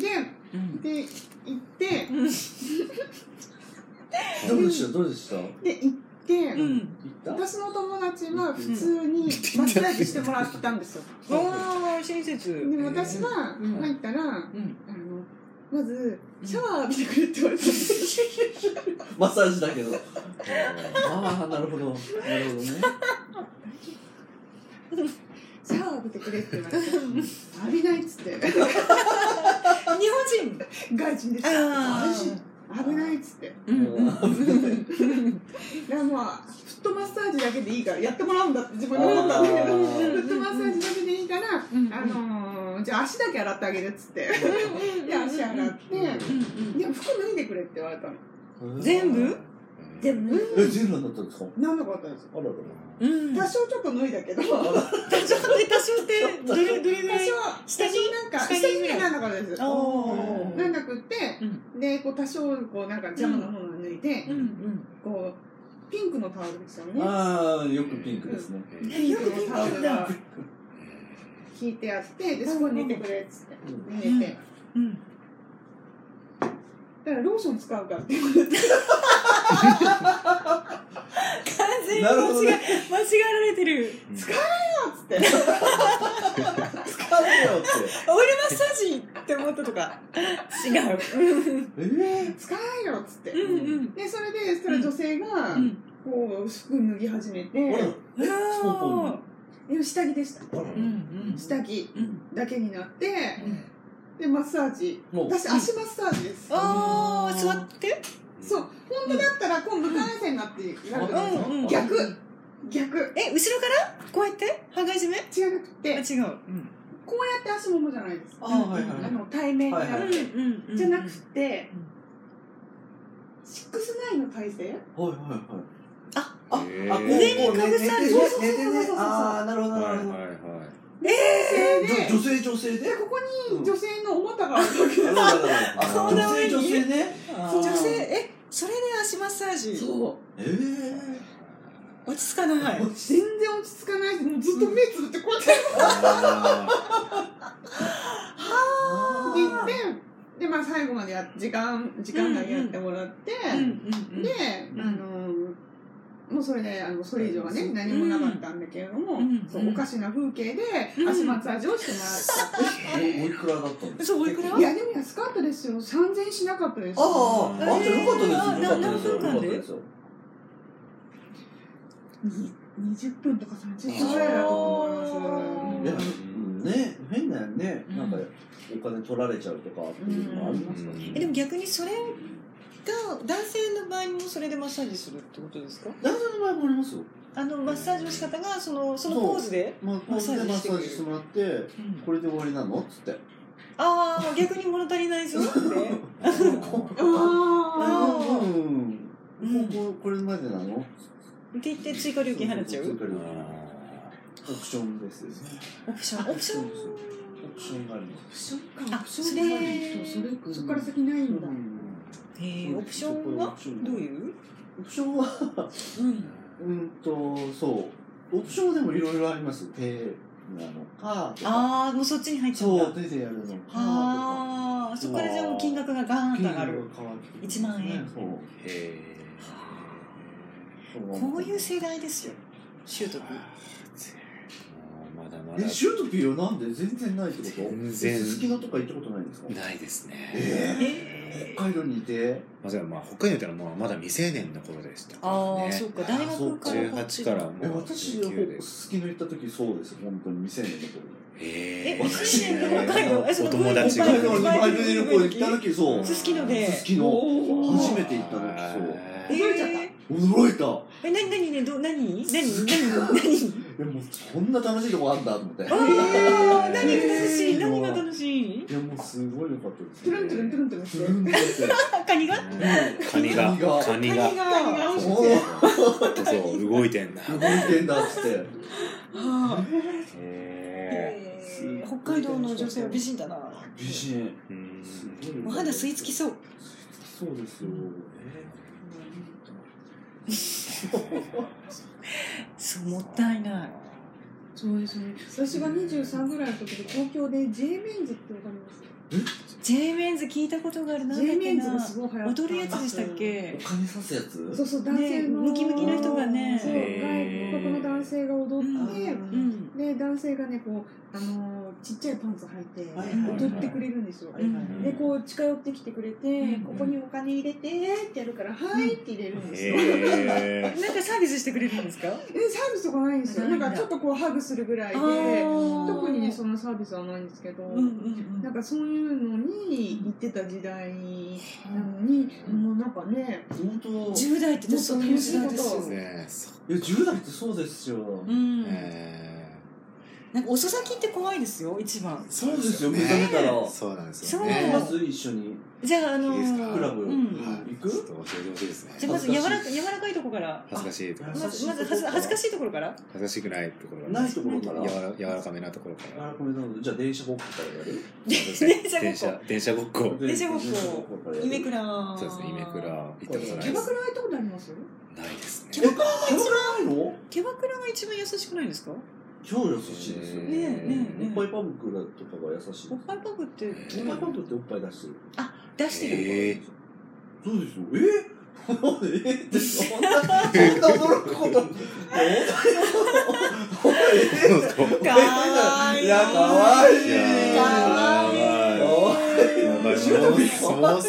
Speaker 3: で
Speaker 5: うん
Speaker 3: で行って
Speaker 2: どうでしたどうでした行
Speaker 3: で行って、
Speaker 5: うん
Speaker 2: った
Speaker 3: 私の友達は普通にマッサージしてもらってたんですよ。
Speaker 5: わあ親切
Speaker 3: で私は
Speaker 5: うん
Speaker 3: 入ったら、あの
Speaker 5: うん
Speaker 3: まずシャワー浴びてくれって言われて、
Speaker 2: マッサージだけどああなるほどなるほどね
Speaker 3: シャワー浴びてくれって言われて、浴びないっつって、
Speaker 5: 日本人
Speaker 3: 外人です。
Speaker 5: あ
Speaker 3: 外
Speaker 5: ー
Speaker 3: 人危ないっつって、だからまあフットマッサージだけでいいからやってもらうんだって自分で思ったんだけど、
Speaker 2: あー
Speaker 3: フットマッサージだけでいいから、
Speaker 5: うん
Speaker 3: あのーじゃあ足だけ洗ってあげるっつって、で足洗って、でも服脱いでくれって言われたの。
Speaker 5: 全部
Speaker 3: でも脱
Speaker 2: え全部だったんですか
Speaker 3: なんなかったんですよ。
Speaker 2: あらら
Speaker 5: うん
Speaker 3: 多
Speaker 5: 多少
Speaker 3: 少ちょっと脱いだけど。
Speaker 5: って多少ってどれどれぐ
Speaker 3: 最
Speaker 5: らい
Speaker 3: 初は
Speaker 5: 下着
Speaker 3: なんか
Speaker 5: 下
Speaker 3: 下
Speaker 5: 着
Speaker 3: 着にはなんだからです
Speaker 5: あー
Speaker 3: なんなくって、でこう多少こうなんかジャムのものを脱いで、
Speaker 5: うんうん
Speaker 3: こうピンクのタオルでしたよね
Speaker 2: ああよくピンクですね
Speaker 3: ピンクのタオルが
Speaker 5: ピ
Speaker 3: 引いてあってでそこに寝てくれっつって寝
Speaker 5: う
Speaker 3: て、
Speaker 5: ん
Speaker 3: だ
Speaker 5: うん
Speaker 3: からローション使うか らって言われて
Speaker 5: 完全に
Speaker 2: なるほど
Speaker 5: 間違
Speaker 2: ね
Speaker 5: い間違えられてる
Speaker 3: っつって
Speaker 2: 使えよって
Speaker 5: オイルマッサージって思ったとか違う
Speaker 2: え
Speaker 3: 使えよっつって、
Speaker 5: うんうん
Speaker 3: でそれでそれ女性が
Speaker 5: うん
Speaker 3: こう服脱ぎ始めて、
Speaker 2: えあら
Speaker 5: うわ
Speaker 3: でも下着でした
Speaker 2: あら
Speaker 5: ーうん
Speaker 3: 下着
Speaker 5: うんうん
Speaker 3: だけになってでマッサージ
Speaker 2: もう
Speaker 3: 私足マッサージです
Speaker 5: あー座って
Speaker 3: そう、本当だったら今度感染になってやる
Speaker 5: うんうんうん
Speaker 3: 逆逆
Speaker 5: え後ろからこうやって羽交い締め
Speaker 3: 違くて
Speaker 5: あ
Speaker 3: こ
Speaker 5: 違ううん
Speaker 3: うやって足ももじゃないです
Speaker 2: あーはいはい
Speaker 3: あの対面になって、
Speaker 2: はいは
Speaker 5: うんうん
Speaker 3: じゃなくて
Speaker 5: うん
Speaker 3: シックスナインの体勢
Speaker 2: はいはいはい
Speaker 5: あ
Speaker 2: ああこう
Speaker 5: 上に
Speaker 2: こう
Speaker 5: かぶさる
Speaker 2: 寝て
Speaker 5: そう
Speaker 3: そう
Speaker 2: 寝て
Speaker 3: そうそう
Speaker 2: ね
Speaker 3: そう
Speaker 2: ああなるほどなるほど
Speaker 4: はいはい
Speaker 3: 女
Speaker 2: 女
Speaker 3: 性で
Speaker 2: 女性女性で
Speaker 3: でここに女性のお股があるわけ
Speaker 2: あららららあ
Speaker 5: 顔の上に
Speaker 2: 女性女性ねあー
Speaker 5: 女性えそれで足マッサージ
Speaker 3: そう
Speaker 2: ええ
Speaker 5: 落ち着かない
Speaker 3: 全然落ち着かないしもうずっと目つぶってこうやって
Speaker 4: あ
Speaker 2: あ
Speaker 3: 言ってでまあ最後までや時間時間内やってもらって、
Speaker 5: うんうん
Speaker 3: で、
Speaker 5: ん
Speaker 3: あのもうそれであのそれ以上はね何もなかったんだけれども、
Speaker 5: うん
Speaker 3: そうおかしな風景で
Speaker 5: うん
Speaker 3: 足マッサージをしてもらっ
Speaker 2: おおいくらだったん
Speaker 5: う
Speaker 2: で
Speaker 5: ん
Speaker 2: す
Speaker 5: そうおいくら
Speaker 3: た、いやでも安かったですよ3000円しなかったです
Speaker 2: ああああじゃあよかったで
Speaker 5: え
Speaker 2: すよ
Speaker 5: ー
Speaker 2: よかったですよ
Speaker 5: な何分
Speaker 2: よか
Speaker 5: 間
Speaker 2: っ
Speaker 5: で
Speaker 2: たですよ
Speaker 3: に20分とか30
Speaker 2: あー
Speaker 3: 分ぐらいだと思い
Speaker 2: いや
Speaker 3: ま
Speaker 5: う
Speaker 3: す
Speaker 2: うんね変だよね
Speaker 5: うん
Speaker 2: なんかお金取られちゃうとかっていうのもありますから
Speaker 4: う
Speaker 2: ね
Speaker 4: ん
Speaker 5: えでも逆にそれ男性の場合もそれでマッサージするってことですか
Speaker 2: 男性の場合もありますよ。
Speaker 5: あのマッサージの仕方がそのそのポーズで、
Speaker 2: まあ、こうでマッサージしてもらって、これで終わりなのっつって。
Speaker 5: ああ逆に物足りないぞって、
Speaker 3: あ
Speaker 5: あー
Speaker 2: うん。
Speaker 5: うん、って
Speaker 2: もうこれまでなの
Speaker 5: 言って追加料金払っちゃ
Speaker 2: そそう追加料金オプションですですね。
Speaker 5: オプションオプション
Speaker 2: オプションがあるんで
Speaker 3: あ。そっか
Speaker 5: あ
Speaker 3: それ
Speaker 5: それ
Speaker 3: そっから先ないんだ。
Speaker 5: えー、オプションはどういう、
Speaker 2: オプションは、
Speaker 5: うん、
Speaker 2: うんと、そう。オプションでもいろいろあります。手なのか、とか。
Speaker 5: ああもうそっちに入っちゃうんだ
Speaker 2: そう、手でやるのか、とか。
Speaker 5: ああそこからじゃあもう金額がガーンと上がる
Speaker 2: 一
Speaker 5: 1万円
Speaker 2: そう。
Speaker 4: へ
Speaker 2: そう
Speaker 5: こういう世代ですよ習得
Speaker 4: まだまだ
Speaker 2: え、シュートピーはなんで全然ないってこと
Speaker 4: 全然
Speaker 2: えすすきのとか行ったことないんですか
Speaker 4: ないですね。
Speaker 2: え
Speaker 5: え
Speaker 2: ー、北海道にいて
Speaker 4: まあ、まあ、北海道ってのはまあまだ未成年の頃でしたから
Speaker 5: ああ、
Speaker 4: ね。
Speaker 5: そうか大学からこっち
Speaker 4: 18からも
Speaker 2: え
Speaker 4: う
Speaker 2: 私ほ
Speaker 4: 19です。
Speaker 2: すきの行った時そうです本当に未成年の頃
Speaker 4: へ
Speaker 5: え未成年の北海道えその
Speaker 4: お友達が
Speaker 5: は
Speaker 2: 北
Speaker 5: い
Speaker 2: 海道にバイクで旅行行った時そう
Speaker 5: すすきので
Speaker 2: ススキの
Speaker 5: おー
Speaker 2: 初めて行った時
Speaker 5: えー、
Speaker 3: えー
Speaker 5: 驚いちゃった
Speaker 2: そう驚いた
Speaker 5: え、なになにね、ど、なに、なに、なに、
Speaker 2: えもうこんな楽しいとこあんだと思ってい
Speaker 5: なに。あー何が楽しい、
Speaker 2: えー
Speaker 5: 何が楽しい。
Speaker 2: やもうすごい良かったです
Speaker 3: トゥルントゥルントゥルントゥルン
Speaker 2: ト
Speaker 3: し
Speaker 2: ゥ
Speaker 3: て
Speaker 2: ルンって
Speaker 5: あ、カニが。
Speaker 4: カニが、カニが、
Speaker 3: 何が
Speaker 5: あ
Speaker 3: 美味しい
Speaker 2: おー
Speaker 4: そう、動いてんだ。
Speaker 2: 動いてんだっつって
Speaker 5: あ
Speaker 4: へ
Speaker 5: えー北海道の女性は美人だな。
Speaker 2: 美。人
Speaker 4: ーうん
Speaker 5: お肌吸い付きそう。
Speaker 2: そうですよ
Speaker 5: そう、もったいない。
Speaker 3: そうですね。私が23ぐらいの時で東京で J メンズってわかります
Speaker 5: J メンズ聞いたことがある。なんだ
Speaker 3: J
Speaker 5: っ
Speaker 3: メ
Speaker 5: け
Speaker 3: ンズが
Speaker 5: な。
Speaker 3: すごい流行った
Speaker 5: 踊るやつでしたっけ
Speaker 2: お。金刺すやつ
Speaker 3: そうそう男性の、
Speaker 5: ねムキムキ
Speaker 3: の
Speaker 5: の人がね
Speaker 3: そう
Speaker 4: へー
Speaker 3: 外国の男性が踊
Speaker 5: う
Speaker 3: って、
Speaker 5: ん。
Speaker 3: で男性がねこうあのーちっちゃいパンツ履いて
Speaker 2: はい
Speaker 5: はいはい
Speaker 3: 踊ってくれるんですよ、
Speaker 5: うん。
Speaker 3: でこう近寄ってきてくれて、
Speaker 5: うん
Speaker 3: ここにお金入れてってやるから「はい」って入れるんですよ、
Speaker 4: へ
Speaker 5: なんかサービスしてくれるんですか。
Speaker 3: えサービスとかないんですよ
Speaker 5: な
Speaker 3: ないん
Speaker 5: んだ
Speaker 3: かちょっとこうハグするぐらいで特にねそのサービスはないんですけど、
Speaker 5: うんうんう。
Speaker 3: なんんかそういうのに行ってた時代なのに、もうなんかね
Speaker 2: 本当
Speaker 5: 十代って、そういう時代ですよ
Speaker 4: ー。。ねそう
Speaker 2: いや10代ってそうですよ、
Speaker 5: うん。
Speaker 4: え
Speaker 5: なんか遅咲きって怖いですよ、一番
Speaker 4: ー。
Speaker 2: そうですよ
Speaker 4: ね
Speaker 2: 目覚めたら
Speaker 4: そうなんです
Speaker 5: そ
Speaker 4: よ
Speaker 5: う
Speaker 2: えま
Speaker 4: ね。
Speaker 2: ず一緒に
Speaker 5: じゃあ、あの
Speaker 4: いいですか
Speaker 5: ー。
Speaker 2: クラブ、
Speaker 5: うん。
Speaker 2: 行
Speaker 4: ちょっ
Speaker 2: く
Speaker 4: と教えてほしいですね。
Speaker 5: じゃあまず柔らか柔らかいとこから。
Speaker 4: 恥ずかしいところ
Speaker 5: まずまず
Speaker 2: 恥ず
Speaker 5: 恥ず
Speaker 2: かしい
Speaker 5: 恥ずかしいところから。
Speaker 4: 恥ずかしくないところ
Speaker 2: ないところから
Speaker 4: 柔ら柔らかめなところか
Speaker 2: 柔
Speaker 4: ら
Speaker 2: らかめなのでじゃあ電車ごっこからやる
Speaker 5: 電車ごっ
Speaker 4: 電車電車ごっこ
Speaker 5: 電車ごっここ。
Speaker 2: か
Speaker 5: イメク
Speaker 2: ラ
Speaker 5: ラ。
Speaker 4: そうですねイメクラ
Speaker 5: キ
Speaker 4: 行ったことない
Speaker 3: キャ
Speaker 4: で
Speaker 3: バ
Speaker 4: す
Speaker 3: クラ行ったことあります
Speaker 4: ないです
Speaker 5: キ
Speaker 4: ね
Speaker 5: ャバクラが
Speaker 2: キャバクラないの
Speaker 5: キャバクラが一番優しくないですか？
Speaker 2: 超優しいですよ
Speaker 5: ねえねえ
Speaker 2: おっぱいパブクだとかが優しい
Speaker 5: おっぱいパブって
Speaker 2: おっぱいパブクっておっぱい出してる
Speaker 5: 出してる。
Speaker 4: え
Speaker 2: そうですよええってそんなそんな驚くこと
Speaker 4: ーそうですか
Speaker 5: かわいい。
Speaker 2: いやかわいい
Speaker 4: い
Speaker 2: や
Speaker 4: や
Speaker 5: かわいい
Speaker 4: ーやばい
Speaker 2: やばい
Speaker 4: もうす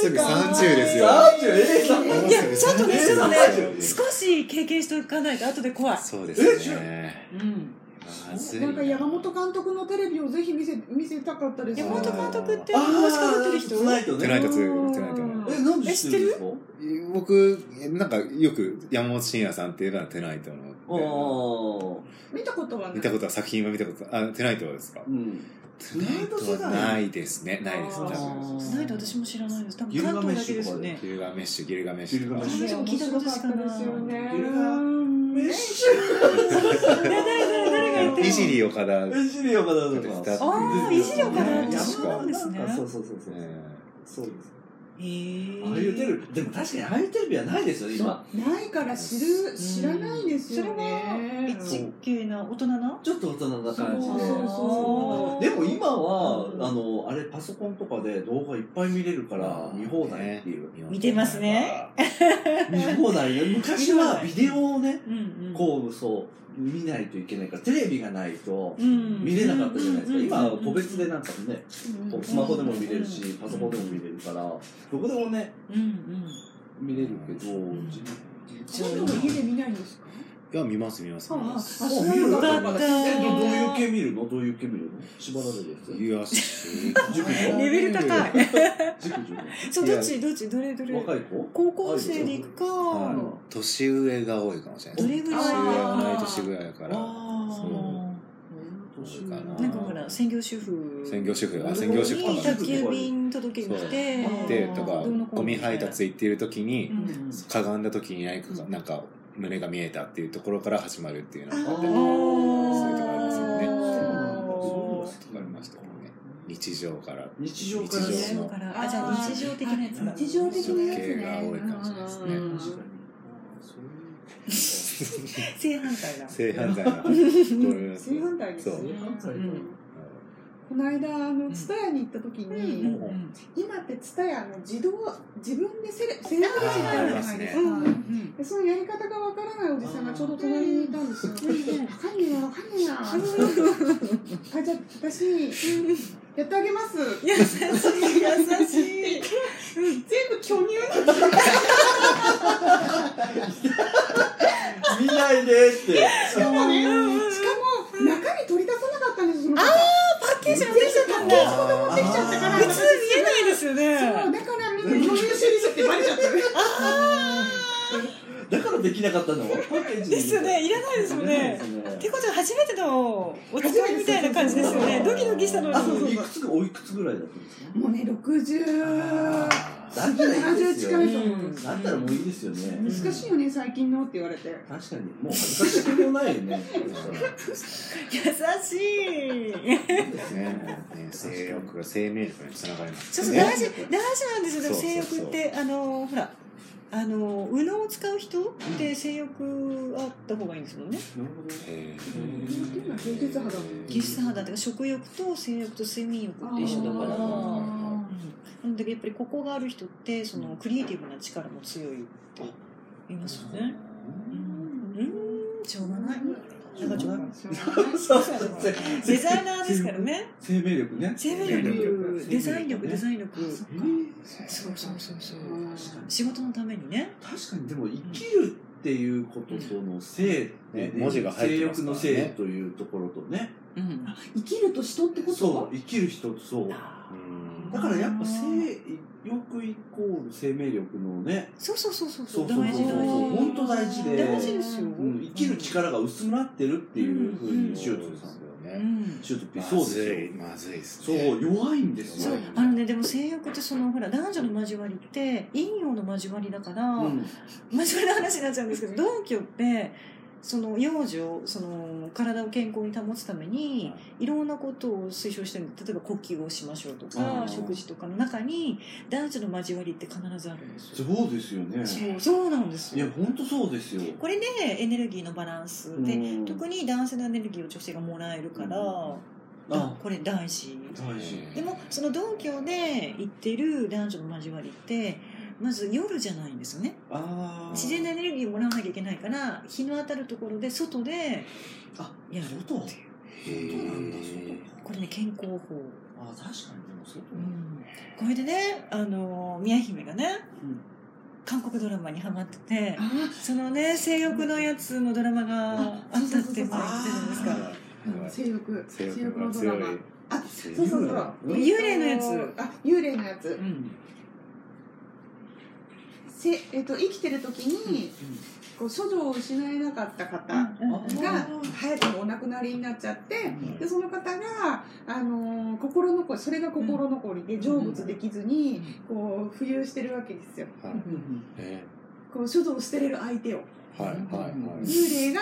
Speaker 4: ぐ30ですよ
Speaker 2: 30えー
Speaker 4: もう
Speaker 5: いや
Speaker 4: すぐ
Speaker 5: ちょっとねちょっとね
Speaker 4: 30ですよ
Speaker 5: 少し経験しておかないと後で怖い。
Speaker 4: そうですね
Speaker 5: うん。
Speaker 4: まずい
Speaker 3: なんか山本監督のテレビをぜひ見せ見せたかったです。
Speaker 5: 山本監督って
Speaker 2: あー
Speaker 5: 帽子かぶってる人？
Speaker 2: トゥナイト
Speaker 4: トゥ
Speaker 2: ね
Speaker 4: ナイト2トゥナイト
Speaker 3: うん
Speaker 2: えなんで知ってるんですか
Speaker 4: 僕なんかよく山本慎也さんっていえばテナイトの
Speaker 2: ああ
Speaker 3: 見たことはない。
Speaker 4: 見たことは作品は見たことあテナイトですか
Speaker 2: うん
Speaker 4: テナイトはないですねないです
Speaker 3: あー
Speaker 4: 多分
Speaker 5: トゥナイト私も知らないです。多分
Speaker 2: ギルガ
Speaker 5: 関
Speaker 2: メッ
Speaker 5: 東だけ
Speaker 2: シ
Speaker 5: で
Speaker 2: ュと
Speaker 5: すよ
Speaker 2: かで
Speaker 5: ね。
Speaker 4: ギルガメッシュギルガメッシュと
Speaker 2: ギルガ
Speaker 4: か
Speaker 2: メッシュ
Speaker 3: 私も聞いたことしかないですよね。
Speaker 2: ギルガメッシ
Speaker 5: 誰誰誰が言ってるの
Speaker 4: いじり岡田
Speaker 2: ュ資料かなとか
Speaker 5: ああ、維持力かなって
Speaker 4: 確
Speaker 5: そう
Speaker 4: か
Speaker 5: なんですね。
Speaker 2: そうそうそうそうそうです
Speaker 5: へえ。
Speaker 2: ああいうテレビでも確かにああいうテレビはないですよ今
Speaker 3: ないから知る知らないですよね。
Speaker 5: それは一系な大人な。
Speaker 2: ちょっと大人な感じ
Speaker 3: そう
Speaker 2: で
Speaker 3: そうそう
Speaker 2: でも今は
Speaker 3: うん
Speaker 2: あのあれパソコンとかで動画いっぱい見れるから見放題っていう
Speaker 5: 見てますね
Speaker 2: 見放題ね昔はビデオをね
Speaker 5: うんうん。
Speaker 2: こうそう見ないといけないからテレビがないと
Speaker 5: うん
Speaker 2: 見れなかったじゃないですか
Speaker 5: うん
Speaker 2: 今は個別でなんかねこうスマホでも見れる
Speaker 5: う
Speaker 2: し
Speaker 5: ん
Speaker 2: パソコンでも見れるからどこでもね
Speaker 5: うんうん。
Speaker 2: 見れるけど
Speaker 5: ん
Speaker 2: 自分
Speaker 3: そういうのも家で見ないんですか。
Speaker 4: いや見ます見ます見ま
Speaker 5: あ
Speaker 4: す
Speaker 5: あ
Speaker 2: あ
Speaker 5: そう
Speaker 2: 見る
Speaker 5: な
Speaker 2: の
Speaker 5: んだっ
Speaker 2: えどどう
Speaker 5: た
Speaker 2: いう系見るのどういう系見るの縛られるやつ
Speaker 4: いやす
Speaker 2: 塾
Speaker 5: あ
Speaker 2: 女
Speaker 5: レベル高い
Speaker 2: 塾女
Speaker 5: そうどっちどっちどれどれ
Speaker 2: 若い子
Speaker 5: 高校生で行くか、
Speaker 4: はい年上が多いかもしれない
Speaker 5: どれぐらい
Speaker 4: 年上は同い年ぐらいだから
Speaker 5: あ
Speaker 4: そうか
Speaker 5: ーなんかほら専業主婦
Speaker 4: 専業主婦あ
Speaker 5: に
Speaker 4: 専業主婦
Speaker 2: か
Speaker 5: 宅急便届けに来て
Speaker 3: そう
Speaker 4: でとか
Speaker 5: どうのこうの
Speaker 4: ゴミ配達行っている時に
Speaker 5: うん
Speaker 4: かがんだ時に何かがなんか胸が見えたっていうところから始まるっていうのがあって
Speaker 2: あ
Speaker 4: わ
Speaker 2: ー
Speaker 4: そういうとこありますよ
Speaker 5: あ
Speaker 4: ね
Speaker 5: ー
Speaker 4: かりましたけどね日常から
Speaker 2: 日常から
Speaker 5: 日
Speaker 4: 日
Speaker 5: 常
Speaker 4: 常
Speaker 5: からあじゃあ日常的なやつだ
Speaker 3: 日常的なやつね
Speaker 4: 系が多いかもしれないですね
Speaker 3: うん
Speaker 2: 確かにそういう
Speaker 5: 正反対だ
Speaker 4: 性犯罪の話これです
Speaker 3: 正反対です
Speaker 4: そう
Speaker 3: よね
Speaker 2: そう
Speaker 3: うんこの間あの
Speaker 5: ん
Speaker 3: 蔦屋に行った時
Speaker 5: うん
Speaker 3: に、
Speaker 5: うんうん
Speaker 3: 今って蔦屋の自動自分でセレセレブレ
Speaker 4: あ
Speaker 3: ーションあるじゃないですか、
Speaker 5: うんうん
Speaker 3: でそのやり方がわからないおじさんがちょうど隣にいたんですよ。犯人は犯人や。あじゃあ私やってあげます。
Speaker 5: 優しい優しい
Speaker 3: 全部巨乳なん
Speaker 2: 見ないでって
Speaker 3: しかもね、しかも中身取り出さなかったんですよ。あ
Speaker 5: パッケージのできちゃったんだ
Speaker 3: あ、持ってきちゃったから。
Speaker 5: 普通見えないですよ
Speaker 3: そう
Speaker 5: ね
Speaker 3: だからみんな巨乳処理してバレちゃった。
Speaker 2: だからできなかったのパッケージに
Speaker 5: ですよねいらないですよねてことは初めてのお付き合いみたいな感じですよねドキドキしたのに
Speaker 2: あそうそういくつぐおいくつぐらいだったんですか
Speaker 3: もうね六十
Speaker 2: だったらいいですよ
Speaker 3: 70近
Speaker 5: う
Speaker 3: い
Speaker 2: ね
Speaker 5: ん
Speaker 2: だったらもういいですよね
Speaker 3: 難しいよね最近のって言われて。
Speaker 2: 確かにもう恥ずかしくもないよね
Speaker 5: 優しい
Speaker 4: ねね性欲が生命力につながりま
Speaker 5: そう
Speaker 4: す
Speaker 5: そう
Speaker 4: ね
Speaker 5: 大事大事なんですよでも
Speaker 4: そう
Speaker 5: 性
Speaker 4: そう
Speaker 5: 欲
Speaker 4: そう
Speaker 5: ってあのほらあの右脳を使う人って性欲あった方がいいんですもんね
Speaker 2: なるほど
Speaker 4: へ
Speaker 3: っていうのは芸術肌
Speaker 5: 技術肌っていうか食欲と性欲と睡眠欲って一緒だから
Speaker 3: あ
Speaker 5: なんだけどやっぱりここがある人ってそのクリエイティブな力も強いって言いますよねうーんしょうがないなんかちょっと
Speaker 2: そうそうそう
Speaker 5: デザイナーですからね
Speaker 2: 生命力ね
Speaker 5: 生命力デザイン力デザイン力
Speaker 2: え
Speaker 5: そうそうそうそう
Speaker 2: 確かに
Speaker 5: 仕事のためにね
Speaker 2: 確かにでも生きるっていうこととの性ってね
Speaker 4: うん文字が入ってま
Speaker 2: 性欲
Speaker 4: すから
Speaker 2: の
Speaker 4: ね
Speaker 2: 性というところとね
Speaker 5: うん
Speaker 3: 生きると人ってこと
Speaker 2: そう生きる人とそう
Speaker 4: うん
Speaker 2: だからやっぱ性欲イコール生命力のね
Speaker 5: そうそうそうそう
Speaker 2: そ
Speaker 5: そうう
Speaker 2: そうそう
Speaker 5: 大事大事
Speaker 2: 本当大事で
Speaker 5: 大事ですよ、
Speaker 2: うん生きる力が薄まってるっていうふうに塩津さん
Speaker 5: う
Speaker 4: ね
Speaker 5: ん
Speaker 2: 塩津ピ
Speaker 4: まず
Speaker 2: そ
Speaker 4: い
Speaker 2: で
Speaker 4: う
Speaker 2: すよ
Speaker 4: まずいです
Speaker 2: そ
Speaker 4: ね
Speaker 2: う弱いんです
Speaker 5: そ
Speaker 2: よ
Speaker 5: うあのねでも性欲ってそのほら男女の交わりって陰陽の交わりだから、
Speaker 2: うん
Speaker 5: 交わりの話になっちゃうんですけど同居ってその幼女その体を健康に保つためにいろんなことを推奨してるんで例えば呼吸をしましょうと
Speaker 2: う
Speaker 5: か
Speaker 2: ん
Speaker 5: 食事とかの中に男女の交わりって必ずあるんですよ。
Speaker 2: そうですよね
Speaker 5: そうそうなんです
Speaker 2: いや
Speaker 5: よ
Speaker 2: 本当そうですよ
Speaker 5: これでエネルギーのバランスで、
Speaker 2: うん
Speaker 5: 特に男性のエネルギーを女性がもらえるから、
Speaker 2: うんあ
Speaker 5: これ大事
Speaker 2: 大事
Speaker 5: でもその同居で行ってる男女の交わりってまず夜じゃないんですよね
Speaker 2: ああ
Speaker 5: 自然なエネルギーをもらわなきゃいけないから日の当たるところで外で
Speaker 2: あ
Speaker 5: やる
Speaker 2: 外
Speaker 5: っていう
Speaker 4: へ
Speaker 2: そうなんだ
Speaker 4: ー
Speaker 5: これね健康法、
Speaker 2: あ確かにでもそう
Speaker 5: う
Speaker 2: だね
Speaker 5: ん、これでねあの宮姫がね、
Speaker 2: うん
Speaker 5: 韓国ドラマにハマってて
Speaker 3: あ
Speaker 5: そのね性欲のやつのドラマがあったって前言ってたじゃないですか
Speaker 4: はい
Speaker 3: 性欲性
Speaker 4: 性
Speaker 3: 欲
Speaker 4: 欲
Speaker 3: のドラ
Speaker 4: が強
Speaker 3: マ
Speaker 4: い
Speaker 3: あそうそうそう
Speaker 2: うん
Speaker 5: 幽霊のやつ
Speaker 3: あ幽霊のやつ
Speaker 2: うん
Speaker 3: せ、えっと生きてる時にこう処女を失えなかった方が
Speaker 2: が
Speaker 3: 早くもお亡くなりになっちゃってでその方が、あのー心残りそれが心残りで成仏できずにこう浮遊してるわけですよ
Speaker 4: はいえ
Speaker 3: こう処女を捨てれる相手を
Speaker 4: ーはいはいはい
Speaker 3: 幽霊が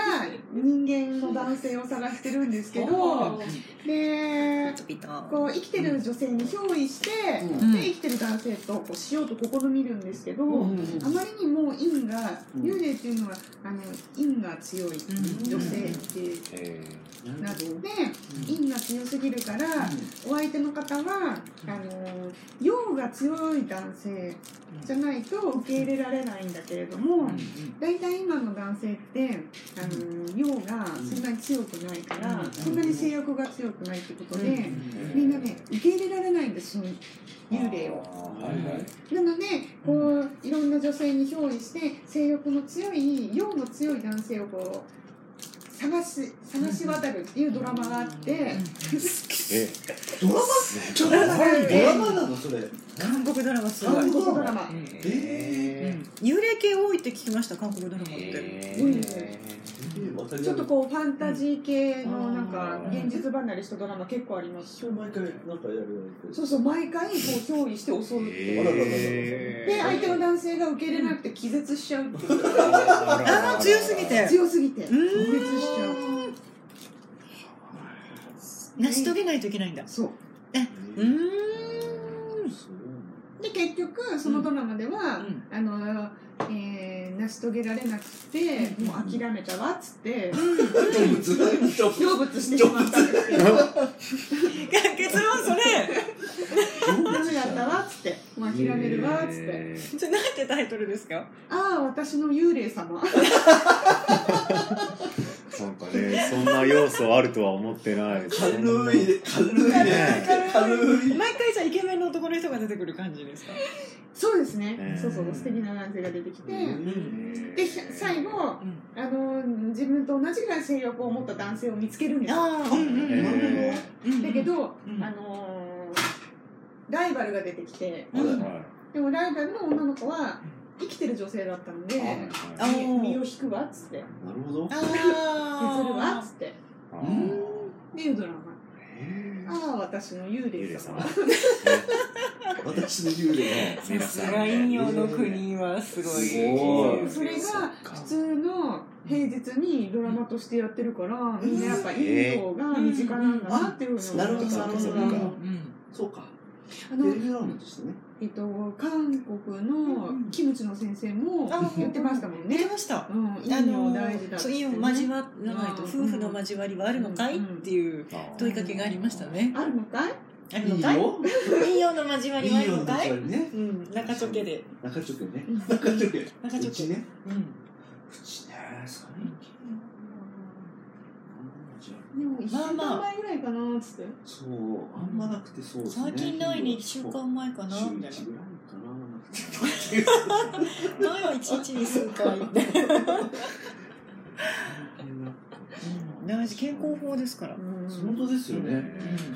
Speaker 3: 人間の男性を探してるんですけどで
Speaker 5: ちょびた
Speaker 3: こう生きてる女性に憑依して、
Speaker 5: うん
Speaker 3: で生きてる男性とこうしようと試みるんですけど、あまりにも陰が
Speaker 2: うん
Speaker 3: 幽霊っていうのはあの陰が強い
Speaker 5: ん
Speaker 3: 女性って
Speaker 4: え
Speaker 3: なって、陰が強すぎるから、お相手の方はあの陽が強い男性じゃないと受け入れられないんだけれども、大体今半の男性ってあの陽がそんなに強くないから、
Speaker 5: うん
Speaker 3: そんなに性欲が強くないってことで、
Speaker 5: うん
Speaker 3: みんなね受け入れられないんですその幽霊を。
Speaker 2: はいはい
Speaker 3: なのでこういろんな女性に憑依して性欲の強い陽の強い男性をこう探し探し渡るっていうドラマがあって。
Speaker 4: え
Speaker 2: ドラマちょっとこれドラマなのそれ
Speaker 5: 韓国ドラマすごい
Speaker 2: 韓国ドラ
Speaker 3: マ
Speaker 5: うん
Speaker 2: え
Speaker 5: 幽霊系多いって聞きました韓国ドラマって
Speaker 4: え
Speaker 2: ー
Speaker 3: ちょっとこうファンタジー系のなんか
Speaker 4: うん
Speaker 3: 現実離れしたドラマ結構あります
Speaker 2: それ毎回なんかやるように
Speaker 3: そうそう毎回こう憑依して襲うっていう
Speaker 2: え
Speaker 3: で相手の男性が受け入れなくて気絶しちゃうっていう
Speaker 5: あー強すぎて
Speaker 3: 強すぎて
Speaker 5: う
Speaker 3: 気
Speaker 5: ーん
Speaker 3: 絶しちゃう
Speaker 5: 成し遂げないといけないんだ
Speaker 3: そう
Speaker 5: うーん
Speaker 3: で結局そのドラマでは、
Speaker 5: うん
Speaker 3: あのえー成し遂げられなくて、
Speaker 5: うん
Speaker 3: もう諦めたわっつって
Speaker 2: 動物動物
Speaker 3: 成仏してしまったんですけど
Speaker 5: 結論それ
Speaker 3: ダメだったわっつってもう諦めるわっつって、
Speaker 5: それなんてタイトルですか
Speaker 3: ああ私の幽霊様
Speaker 4: なんかねそんな要素あるとは思ってない
Speaker 2: 軽い軽いね軽い
Speaker 5: 毎回じゃあイケメンの男の人が出てくる感じですか
Speaker 3: そうですね、
Speaker 4: えー
Speaker 3: そうそう素敵な男性が出てきて、
Speaker 2: うん
Speaker 3: で最後
Speaker 5: うん
Speaker 3: あの自分と同じぐらい性欲を持った男性を見つけるんですよ
Speaker 5: ああうんうんうん
Speaker 4: え
Speaker 5: うん
Speaker 3: だけど、
Speaker 5: うん
Speaker 3: あのーライバルが出てきて
Speaker 5: うん
Speaker 2: まだ
Speaker 4: ー
Speaker 2: ね
Speaker 4: は
Speaker 3: でもライバルの女の子は生きてる女性だったので
Speaker 4: い
Speaker 5: あ
Speaker 3: 身
Speaker 5: おー
Speaker 3: 身を引くわっつって
Speaker 2: なるほど
Speaker 5: あ
Speaker 3: 譲るわっ
Speaker 5: あ
Speaker 3: つって
Speaker 4: あ
Speaker 2: う
Speaker 4: ー
Speaker 2: ん
Speaker 3: っていうドラマああ私の幽
Speaker 4: ゆう
Speaker 3: 霊
Speaker 4: れ
Speaker 3: 様
Speaker 4: 様ね
Speaker 2: 私の幽霊
Speaker 4: 皆
Speaker 5: さす
Speaker 4: さん
Speaker 5: が陰陽の国はすごい
Speaker 2: すごい
Speaker 3: それ
Speaker 4: そっ
Speaker 3: が
Speaker 4: か
Speaker 3: 普通の平日にドラマとしてやってるからみんなやっぱ陰陽が身近なんだなっていうの
Speaker 2: なるほどな
Speaker 3: あ
Speaker 2: るほど
Speaker 4: そっか
Speaker 5: うん
Speaker 2: そうかテ
Speaker 3: の
Speaker 2: レビドラマとしてね
Speaker 3: えっと韓国のキムチの先生も言ってましたもん
Speaker 5: 出
Speaker 3: ね
Speaker 5: ました
Speaker 3: うん
Speaker 5: あ
Speaker 3: 陰陽
Speaker 5: の
Speaker 3: 大事だって
Speaker 5: そう陰陽交わらないと夫婦の交わりはあるのかいっていう
Speaker 4: あ
Speaker 5: 問いかけがありましたね
Speaker 3: あるのかい
Speaker 5: ある
Speaker 2: い
Speaker 5: の
Speaker 2: い
Speaker 5: かい
Speaker 2: よ
Speaker 5: 陰陽の交わりはあ
Speaker 2: いい
Speaker 5: る
Speaker 2: よ
Speaker 5: のかい
Speaker 2: ね
Speaker 5: うん中ちょけで
Speaker 2: 中直ね
Speaker 3: うん
Speaker 2: 中直
Speaker 5: 中ちょけ
Speaker 2: うちね
Speaker 5: うん
Speaker 2: うちね最近なんじゃ
Speaker 3: でも1週間前ぐらいかなっつって、
Speaker 2: そうあんまなくてそうですね
Speaker 5: 最近ないね1週間前かな
Speaker 2: 週
Speaker 5: みたい
Speaker 2: 一ぐらいかななくて
Speaker 5: なないわ一日に数回大事健康法ですから
Speaker 2: 本当ですよね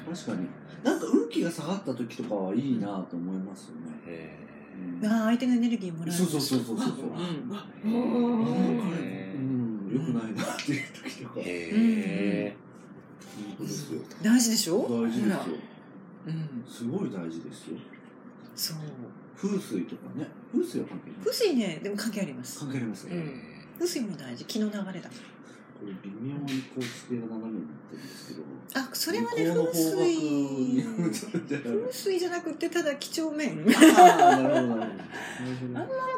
Speaker 5: う
Speaker 2: 確かになんか運気が下がった時とかはいいなと思いますよね
Speaker 4: へ
Speaker 5: んああ相手のエネルギーもらえる
Speaker 2: そうそうそうそうそうそう
Speaker 5: うん
Speaker 4: ー
Speaker 2: あ
Speaker 3: うん
Speaker 2: ーこれうん良くないなっていう時とか本
Speaker 4: へえ
Speaker 2: 当ですよ
Speaker 5: 大事でしょ
Speaker 2: 大事ですよ
Speaker 5: ほらうん
Speaker 2: すごい大事ですよ
Speaker 5: そう
Speaker 2: 風水とかね風水は関係ない
Speaker 5: 風水ねでも関係あります
Speaker 2: 関係あります
Speaker 5: う
Speaker 2: ね、
Speaker 5: ん風水も大事気の流れだ
Speaker 2: これ微妙にこう姿勢が斜めになってるんですけど
Speaker 5: あそれはね
Speaker 2: 向こうの
Speaker 5: 風
Speaker 2: 方角に
Speaker 5: 水
Speaker 2: 向いてる
Speaker 5: 風水じゃなくてただ几帳面
Speaker 2: ああなるほどなるほど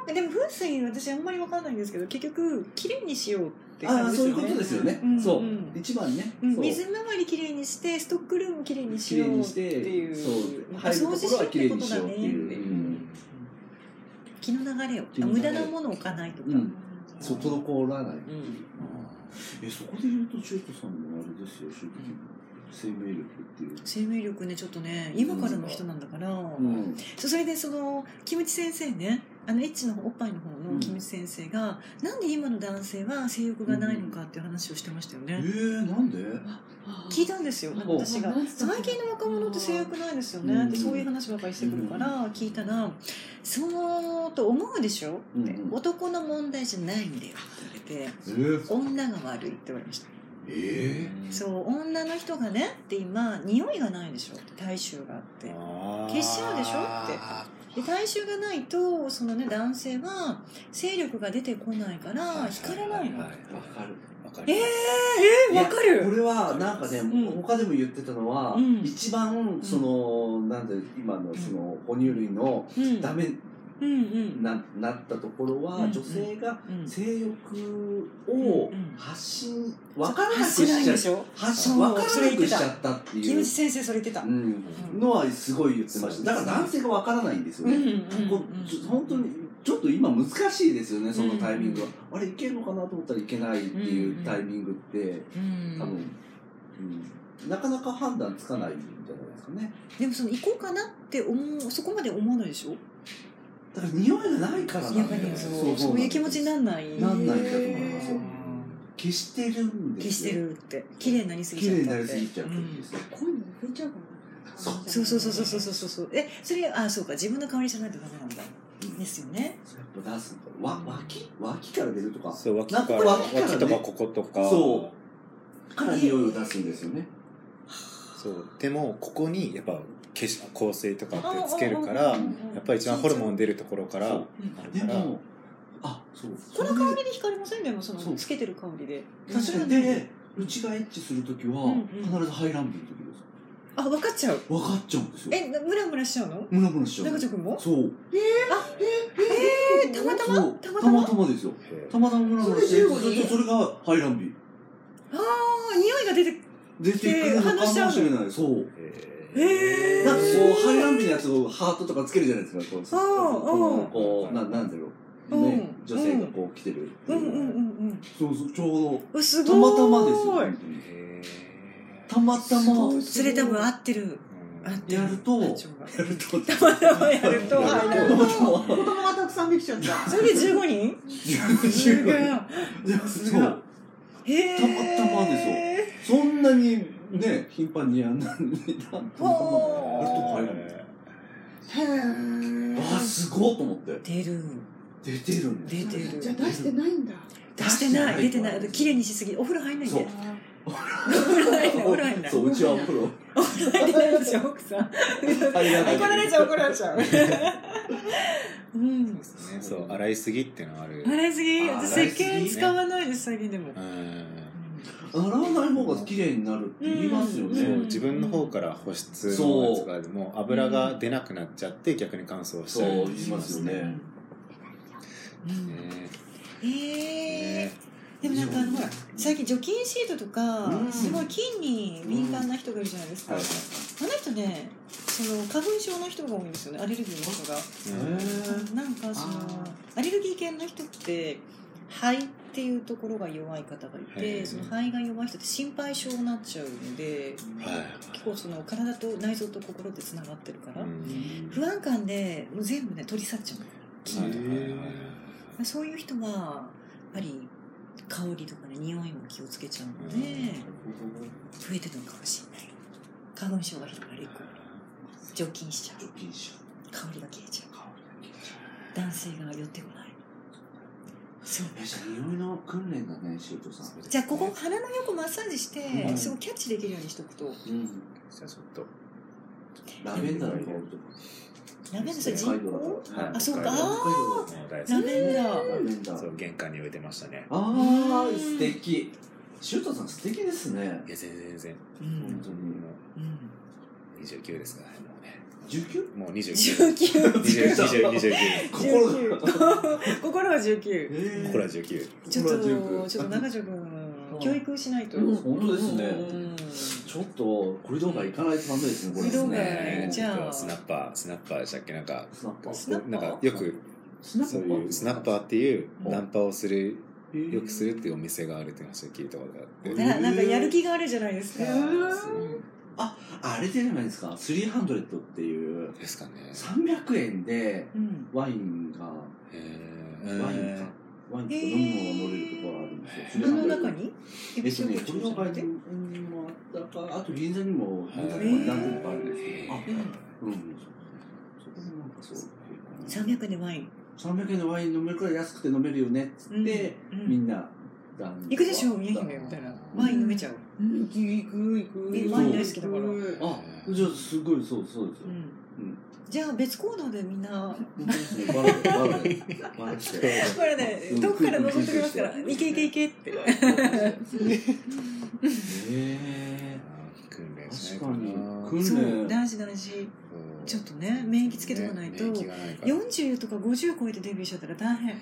Speaker 5: あんでも風水私あんまりわかんないんですけど結局綺麗にしようって
Speaker 2: あ
Speaker 5: 感
Speaker 2: あ
Speaker 5: じ
Speaker 2: そう
Speaker 5: で
Speaker 2: い
Speaker 5: す
Speaker 2: う
Speaker 5: よ
Speaker 2: こと
Speaker 5: ね
Speaker 2: ですよね、
Speaker 5: うん
Speaker 2: そう、
Speaker 5: うん
Speaker 2: 一番ね、
Speaker 5: うん
Speaker 2: そう
Speaker 5: 水回り綺麗にしてストックルーム綺麗にし
Speaker 2: き
Speaker 5: よ
Speaker 2: れいう
Speaker 5: っ
Speaker 2: にしてて
Speaker 5: いう
Speaker 2: そう
Speaker 5: まあ
Speaker 2: 入るところはきれいにしようっていう
Speaker 5: 掃除しようってことだね
Speaker 2: う
Speaker 5: うん
Speaker 2: ん、
Speaker 5: 気の流れを
Speaker 2: 気の流
Speaker 5: 無
Speaker 2: れ
Speaker 5: 駄なものを置かないとか、
Speaker 2: うんそう滞らない、
Speaker 5: うん
Speaker 2: えそこで言うとシュートさんもあれですよシュート君の生命力っていう、
Speaker 5: 生命力ねちょっとね今からの人なんだから、
Speaker 2: うん、
Speaker 5: そうそれでそのキムチ先生ねあのエッチのおっぱいの方のキムチ先生が、なんで今の男性は性欲がないのかっていう話をしてましたよね、
Speaker 2: えー、なんで
Speaker 5: 聞いたんですよなんか私が
Speaker 3: お
Speaker 5: 最近の若者って性欲ないですよね、
Speaker 2: うん
Speaker 5: ってそういう話ばっかりしてくるから聞いたら、そうと思うでしょ、
Speaker 2: うん
Speaker 5: って男の問題じゃないんだよって言われて
Speaker 2: えー、
Speaker 5: 女が悪いって言われました
Speaker 2: え
Speaker 5: そう女の人がねって今匂いがないでしょって体臭があって消しちゃうでしょってで体臭がないとそのね男性は精力が出てこないから惹かれないの、
Speaker 2: ー、わかる
Speaker 4: わか
Speaker 5: え
Speaker 4: り
Speaker 5: ー
Speaker 4: ます
Speaker 5: えーわかる
Speaker 2: これはなんかね、
Speaker 5: うん
Speaker 2: 他でも言ってたのは、
Speaker 5: うん
Speaker 2: 一番その、なんで今のその哺乳類の
Speaker 5: うん
Speaker 2: ダメ
Speaker 5: うんうん
Speaker 2: ななったところは、
Speaker 5: うん
Speaker 2: 女性が
Speaker 5: うん
Speaker 2: 性欲を
Speaker 5: うんうん
Speaker 2: 発信分からなく
Speaker 5: 走
Speaker 2: し
Speaker 5: らない
Speaker 2: ち
Speaker 5: で
Speaker 2: ゃう
Speaker 5: しょ
Speaker 2: 発
Speaker 5: そう
Speaker 2: 信分から
Speaker 5: それ
Speaker 2: な
Speaker 5: 言っ
Speaker 2: く
Speaker 5: て
Speaker 2: しち
Speaker 5: た
Speaker 2: ゃったって
Speaker 5: キ
Speaker 2: い
Speaker 5: ム
Speaker 2: う
Speaker 5: チ、先生それ言ってた
Speaker 2: う、ん、のはすごい言ってましただから男性が分からないんですよね、
Speaker 5: うんうんうん
Speaker 2: こう本当にちょっと今難しいですよねそのタイミングは、あれいけるのかなと思ったらいけないっていうタイミングって、
Speaker 5: うん
Speaker 2: 多分、うん、なかなか判断つかないんじゃないですかね
Speaker 5: でもその行こうかなって思うそこまで思わないでしょ
Speaker 2: だから匂いがないから
Speaker 5: やっぱりそうそういう気持ちになんない
Speaker 2: なんないんだと思いますよ
Speaker 5: 消
Speaker 2: 消してるんですよ
Speaker 5: してるって綺麗になりすぎ
Speaker 2: 綺
Speaker 5: ちゃ
Speaker 2: 麗
Speaker 5: っ
Speaker 2: に
Speaker 5: た
Speaker 2: な
Speaker 5: っ
Speaker 2: り
Speaker 5: て
Speaker 2: すぎちゃう
Speaker 5: うん
Speaker 2: ですよ
Speaker 3: こういうの増えちゃうかな。
Speaker 2: そう
Speaker 5: そうそうそうそうそうそうそうえそれあそうか自分の香りじゃないとダメなんだ
Speaker 2: うん
Speaker 5: ですよね
Speaker 2: やっぱ出すのかわ脇脇から出るとか
Speaker 4: そう脇から
Speaker 2: なんか脇からね
Speaker 4: 脇とかこことか
Speaker 2: そから匂いを出すんですよね
Speaker 4: そうでもここにやっぱ消し香水とかってつけるからやっぱり一番ホルモン出るところから
Speaker 2: そう
Speaker 5: うん
Speaker 4: ある
Speaker 2: で
Speaker 4: から
Speaker 2: もあそう
Speaker 5: この
Speaker 2: それで
Speaker 5: 香りで惹かれませんでもそ
Speaker 2: そ
Speaker 5: の
Speaker 2: う
Speaker 5: つけてる香りで
Speaker 2: 確かに
Speaker 5: それはね
Speaker 2: でうちがエッチするときは
Speaker 5: うんうん
Speaker 2: 必ずハイランビーの時です
Speaker 5: あ分かっちゃう
Speaker 2: 分かっちゃうんですよ
Speaker 5: えなムラムラしちゃうの
Speaker 2: ムラムラしちゃう
Speaker 5: 中条君も
Speaker 2: そう
Speaker 5: えたまたま
Speaker 2: そう
Speaker 5: たま
Speaker 2: た
Speaker 5: たま
Speaker 2: またまですよ
Speaker 4: へ
Speaker 2: たまたまムラムラして
Speaker 3: それ
Speaker 2: そ
Speaker 3: 15
Speaker 2: れそれがハイランビー
Speaker 5: あー匂いが出て
Speaker 2: 出てくるのかもしれないそう
Speaker 4: え
Speaker 5: え
Speaker 2: なんかそうハイランビーのやつをハートとかつけるじゃないですかこう
Speaker 5: うんうん
Speaker 2: こうななんだろうね
Speaker 5: うん
Speaker 2: 女性がこう来てる
Speaker 5: うんうんうん
Speaker 2: そうそうちょ
Speaker 5: うんす
Speaker 2: うどたま
Speaker 5: ごい
Speaker 2: たまですよ本当に
Speaker 4: へ
Speaker 2: たまたま
Speaker 3: そう
Speaker 5: それ多分合ってる合ってる
Speaker 2: やると
Speaker 5: 波長が
Speaker 2: やると
Speaker 5: たまたまやると
Speaker 4: やる
Speaker 2: たまたま
Speaker 3: 子供がたくさんできちゃった。
Speaker 5: それで15人
Speaker 2: 十分
Speaker 5: す
Speaker 2: そ
Speaker 5: ごいうへえ
Speaker 2: たまたまでそんなにね頻繁にやんないんだと思
Speaker 5: ほ
Speaker 2: 割と
Speaker 5: ー
Speaker 2: 早い
Speaker 3: へー
Speaker 2: あすごいと思って
Speaker 5: 出る
Speaker 2: 出てるんで
Speaker 5: 出
Speaker 2: す
Speaker 5: てる
Speaker 3: じゃあ出してないんだ。
Speaker 5: 出してない出
Speaker 2: 出
Speaker 5: て
Speaker 2: て
Speaker 5: な
Speaker 2: ない
Speaker 5: いあと綺麗にしすぎお風呂入んないん
Speaker 2: そ
Speaker 5: で
Speaker 2: う
Speaker 5: お風呂入んないお風呂入んない
Speaker 2: そううちはお風呂
Speaker 5: 入ってないでしょ奥さん
Speaker 2: 入らない
Speaker 5: 怒られちゃう怒られちゃううん
Speaker 4: ねそう洗いすぎってのはある
Speaker 5: 洗いすぎ
Speaker 2: あー
Speaker 5: 私
Speaker 2: 洗い
Speaker 5: 石
Speaker 2: すぎね
Speaker 5: 鹸使わないです最近でも
Speaker 4: うん
Speaker 2: 洗わない方が綺麗になるって言いますよ
Speaker 5: ん
Speaker 4: そう
Speaker 5: うん
Speaker 2: ね
Speaker 4: 自分の方から保湿のやつがでも油が出なくなっちゃって逆に乾燥しち
Speaker 2: そ
Speaker 4: ゃ
Speaker 2: う
Speaker 4: う
Speaker 2: 言いますよね
Speaker 5: うん
Speaker 4: ね
Speaker 5: へえ
Speaker 4: ね
Speaker 5: でもなんかあのほら最近除菌シートとか
Speaker 2: うん
Speaker 5: すごい菌に敏感な人がいるじゃないですか、
Speaker 2: はい
Speaker 5: あの人ねその花粉症の人が多いんですよねアレルギーの人が
Speaker 4: うん
Speaker 5: なんかその
Speaker 2: あ
Speaker 5: アレルギー系の人って肺っていうところが弱い方がい
Speaker 4: へ
Speaker 5: て
Speaker 4: ー
Speaker 5: その肺が弱い人って心配性になっちゃうので
Speaker 4: はい
Speaker 5: 結構その体と内臓と心ってつながってるから、
Speaker 4: うん
Speaker 5: 不安感でもう全部ね取り去っちゃう
Speaker 4: はいはいはいはい
Speaker 5: のそういう人はやっぱり香りとかね匂いも気をつけちゃうので、増えてるのかもしれない花粉症が広がる以降除菌しちゃう
Speaker 2: 除菌しちゃう
Speaker 5: 香りが消えちゃう
Speaker 2: 香りが消えちゃう
Speaker 5: 男性が寄ってこないそう
Speaker 2: えじゃあ匂いの訓練だね修斗さん
Speaker 5: じゃあここ鼻の横マッサージして、
Speaker 2: うん
Speaker 5: すごいキャッチできるようにしとくと
Speaker 2: うん
Speaker 4: じゃあちょっと
Speaker 2: ラベンダーの香りとか
Speaker 5: ラベンダーそれ人
Speaker 2: 北海道
Speaker 5: 工
Speaker 2: だからはい
Speaker 5: あそうか
Speaker 2: 北海道
Speaker 4: もう大好
Speaker 5: ラベンダ
Speaker 2: だからラ
Speaker 5: ー
Speaker 2: ベンダー
Speaker 4: きそう玄関に植えてましたね
Speaker 2: あ
Speaker 5: うん
Speaker 2: ー素敵シュートさん素敵ですね
Speaker 4: いや全然全 然
Speaker 5: う
Speaker 2: 本
Speaker 5: ん
Speaker 2: 当に
Speaker 4: も
Speaker 5: うん
Speaker 4: う29ですからねもうね
Speaker 2: 19?
Speaker 4: もう29
Speaker 5: 19
Speaker 4: 20 29
Speaker 2: 心が
Speaker 5: 心は19
Speaker 2: え
Speaker 4: これは19
Speaker 5: ちょっとちょっと
Speaker 2: 長
Speaker 5: 中条君教育しないと、
Speaker 2: うん本当ですね
Speaker 5: うん
Speaker 2: ちょっとコリドー街行かないとダメですねこれです
Speaker 5: え
Speaker 4: ね
Speaker 5: ー
Speaker 2: ね
Speaker 5: じゃあ
Speaker 4: ちょっとスナッパースナッパーでしたっけなんか
Speaker 2: スナッパ
Speaker 5: スナッパー
Speaker 4: なんかよくそういうスナッパーっていう
Speaker 5: うん
Speaker 4: ナンパをする
Speaker 2: ー
Speaker 4: よくするっていうお店があるって話を聞いたことがあって、
Speaker 2: うん
Speaker 5: ななんかやる気があるじゃないですか、
Speaker 3: へー
Speaker 2: あれじゃないですか300っていう
Speaker 4: ですかね
Speaker 2: 300円で
Speaker 5: うん
Speaker 2: ワインが
Speaker 4: へ
Speaker 2: ワイン
Speaker 4: え
Speaker 2: かワインとか飲むのが乗れるところ
Speaker 5: 鼻の中
Speaker 2: があるんですよ
Speaker 5: に
Speaker 2: えっとね、これの
Speaker 5: う
Speaker 2: 外
Speaker 5: ん
Speaker 2: 伝もあったか、あと銀座にも、銀座にも何個かあるんですけど、あ、うん、そこもなんかそう、
Speaker 5: 300円でワイン
Speaker 2: 300円のワイン飲めるくらい安くて飲めるよねっつって、
Speaker 5: うんうん
Speaker 2: みんな、団
Speaker 5: 行くでしょ宮姫みたいなワイン飲めちゃう、
Speaker 3: 行く行く行く。
Speaker 5: え
Speaker 2: ワイン大
Speaker 5: 好きだから
Speaker 2: あ、じゃあすごい、そうそうですよ。ん
Speaker 5: じゃあ別コーナーでみんな
Speaker 2: 本当ですね、バレて、バレて、バレ て。
Speaker 5: これね
Speaker 2: うん
Speaker 5: 遠くから覗いてきますから「いけいけいけ」って
Speaker 2: え
Speaker 4: 訓練しな
Speaker 2: 確
Speaker 4: いと
Speaker 2: か
Speaker 4: な
Speaker 2: に
Speaker 5: そ
Speaker 2: 訓
Speaker 5: う
Speaker 2: 練
Speaker 5: 大事大事ちょっとね免疫つけとかないと
Speaker 4: ね免疫がないから
Speaker 5: 40とか50超えてデビューしちゃったら大変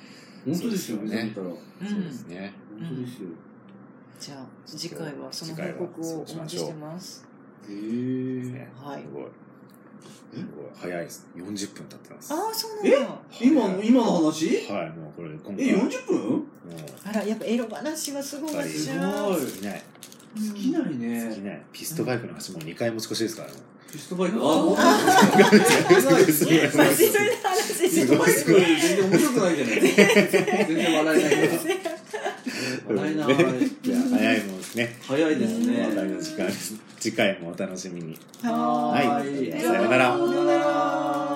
Speaker 2: 本当ですよね、見たら本
Speaker 4: そうですね、
Speaker 2: 当ですよ
Speaker 5: じゃあ次回はその報告をお待ちしてます
Speaker 2: へえ
Speaker 4: ね
Speaker 5: はい
Speaker 4: すごいすごい早いです。40分経ってます。
Speaker 5: ああそうなんだ
Speaker 2: 今の、今の話
Speaker 4: はい、もうこれ、今
Speaker 2: え、
Speaker 4: 回。もう、
Speaker 2: 40分
Speaker 5: あらやっぱエロ話はすごい私は
Speaker 2: ごい
Speaker 4: 尽きない。
Speaker 5: うん
Speaker 2: 好きない
Speaker 4: 尽き
Speaker 2: ね。
Speaker 4: ない。ピストバイクの話も2回持ち越しですからね。
Speaker 2: ピストバイク。あ、
Speaker 4: すごい
Speaker 5: まあ自分の話
Speaker 2: ピ
Speaker 5: し
Speaker 2: ス
Speaker 5: て
Speaker 2: ト
Speaker 5: も
Speaker 2: バイク全然面白くないじゃない全然笑え ないから。笑えない。
Speaker 4: いや、早いもんですね。
Speaker 2: 早いです
Speaker 4: お
Speaker 2: ね。
Speaker 4: 別れの時間です。次回もお楽しみに。
Speaker 5: は
Speaker 4: はいい。さようなら。
Speaker 5: さようなら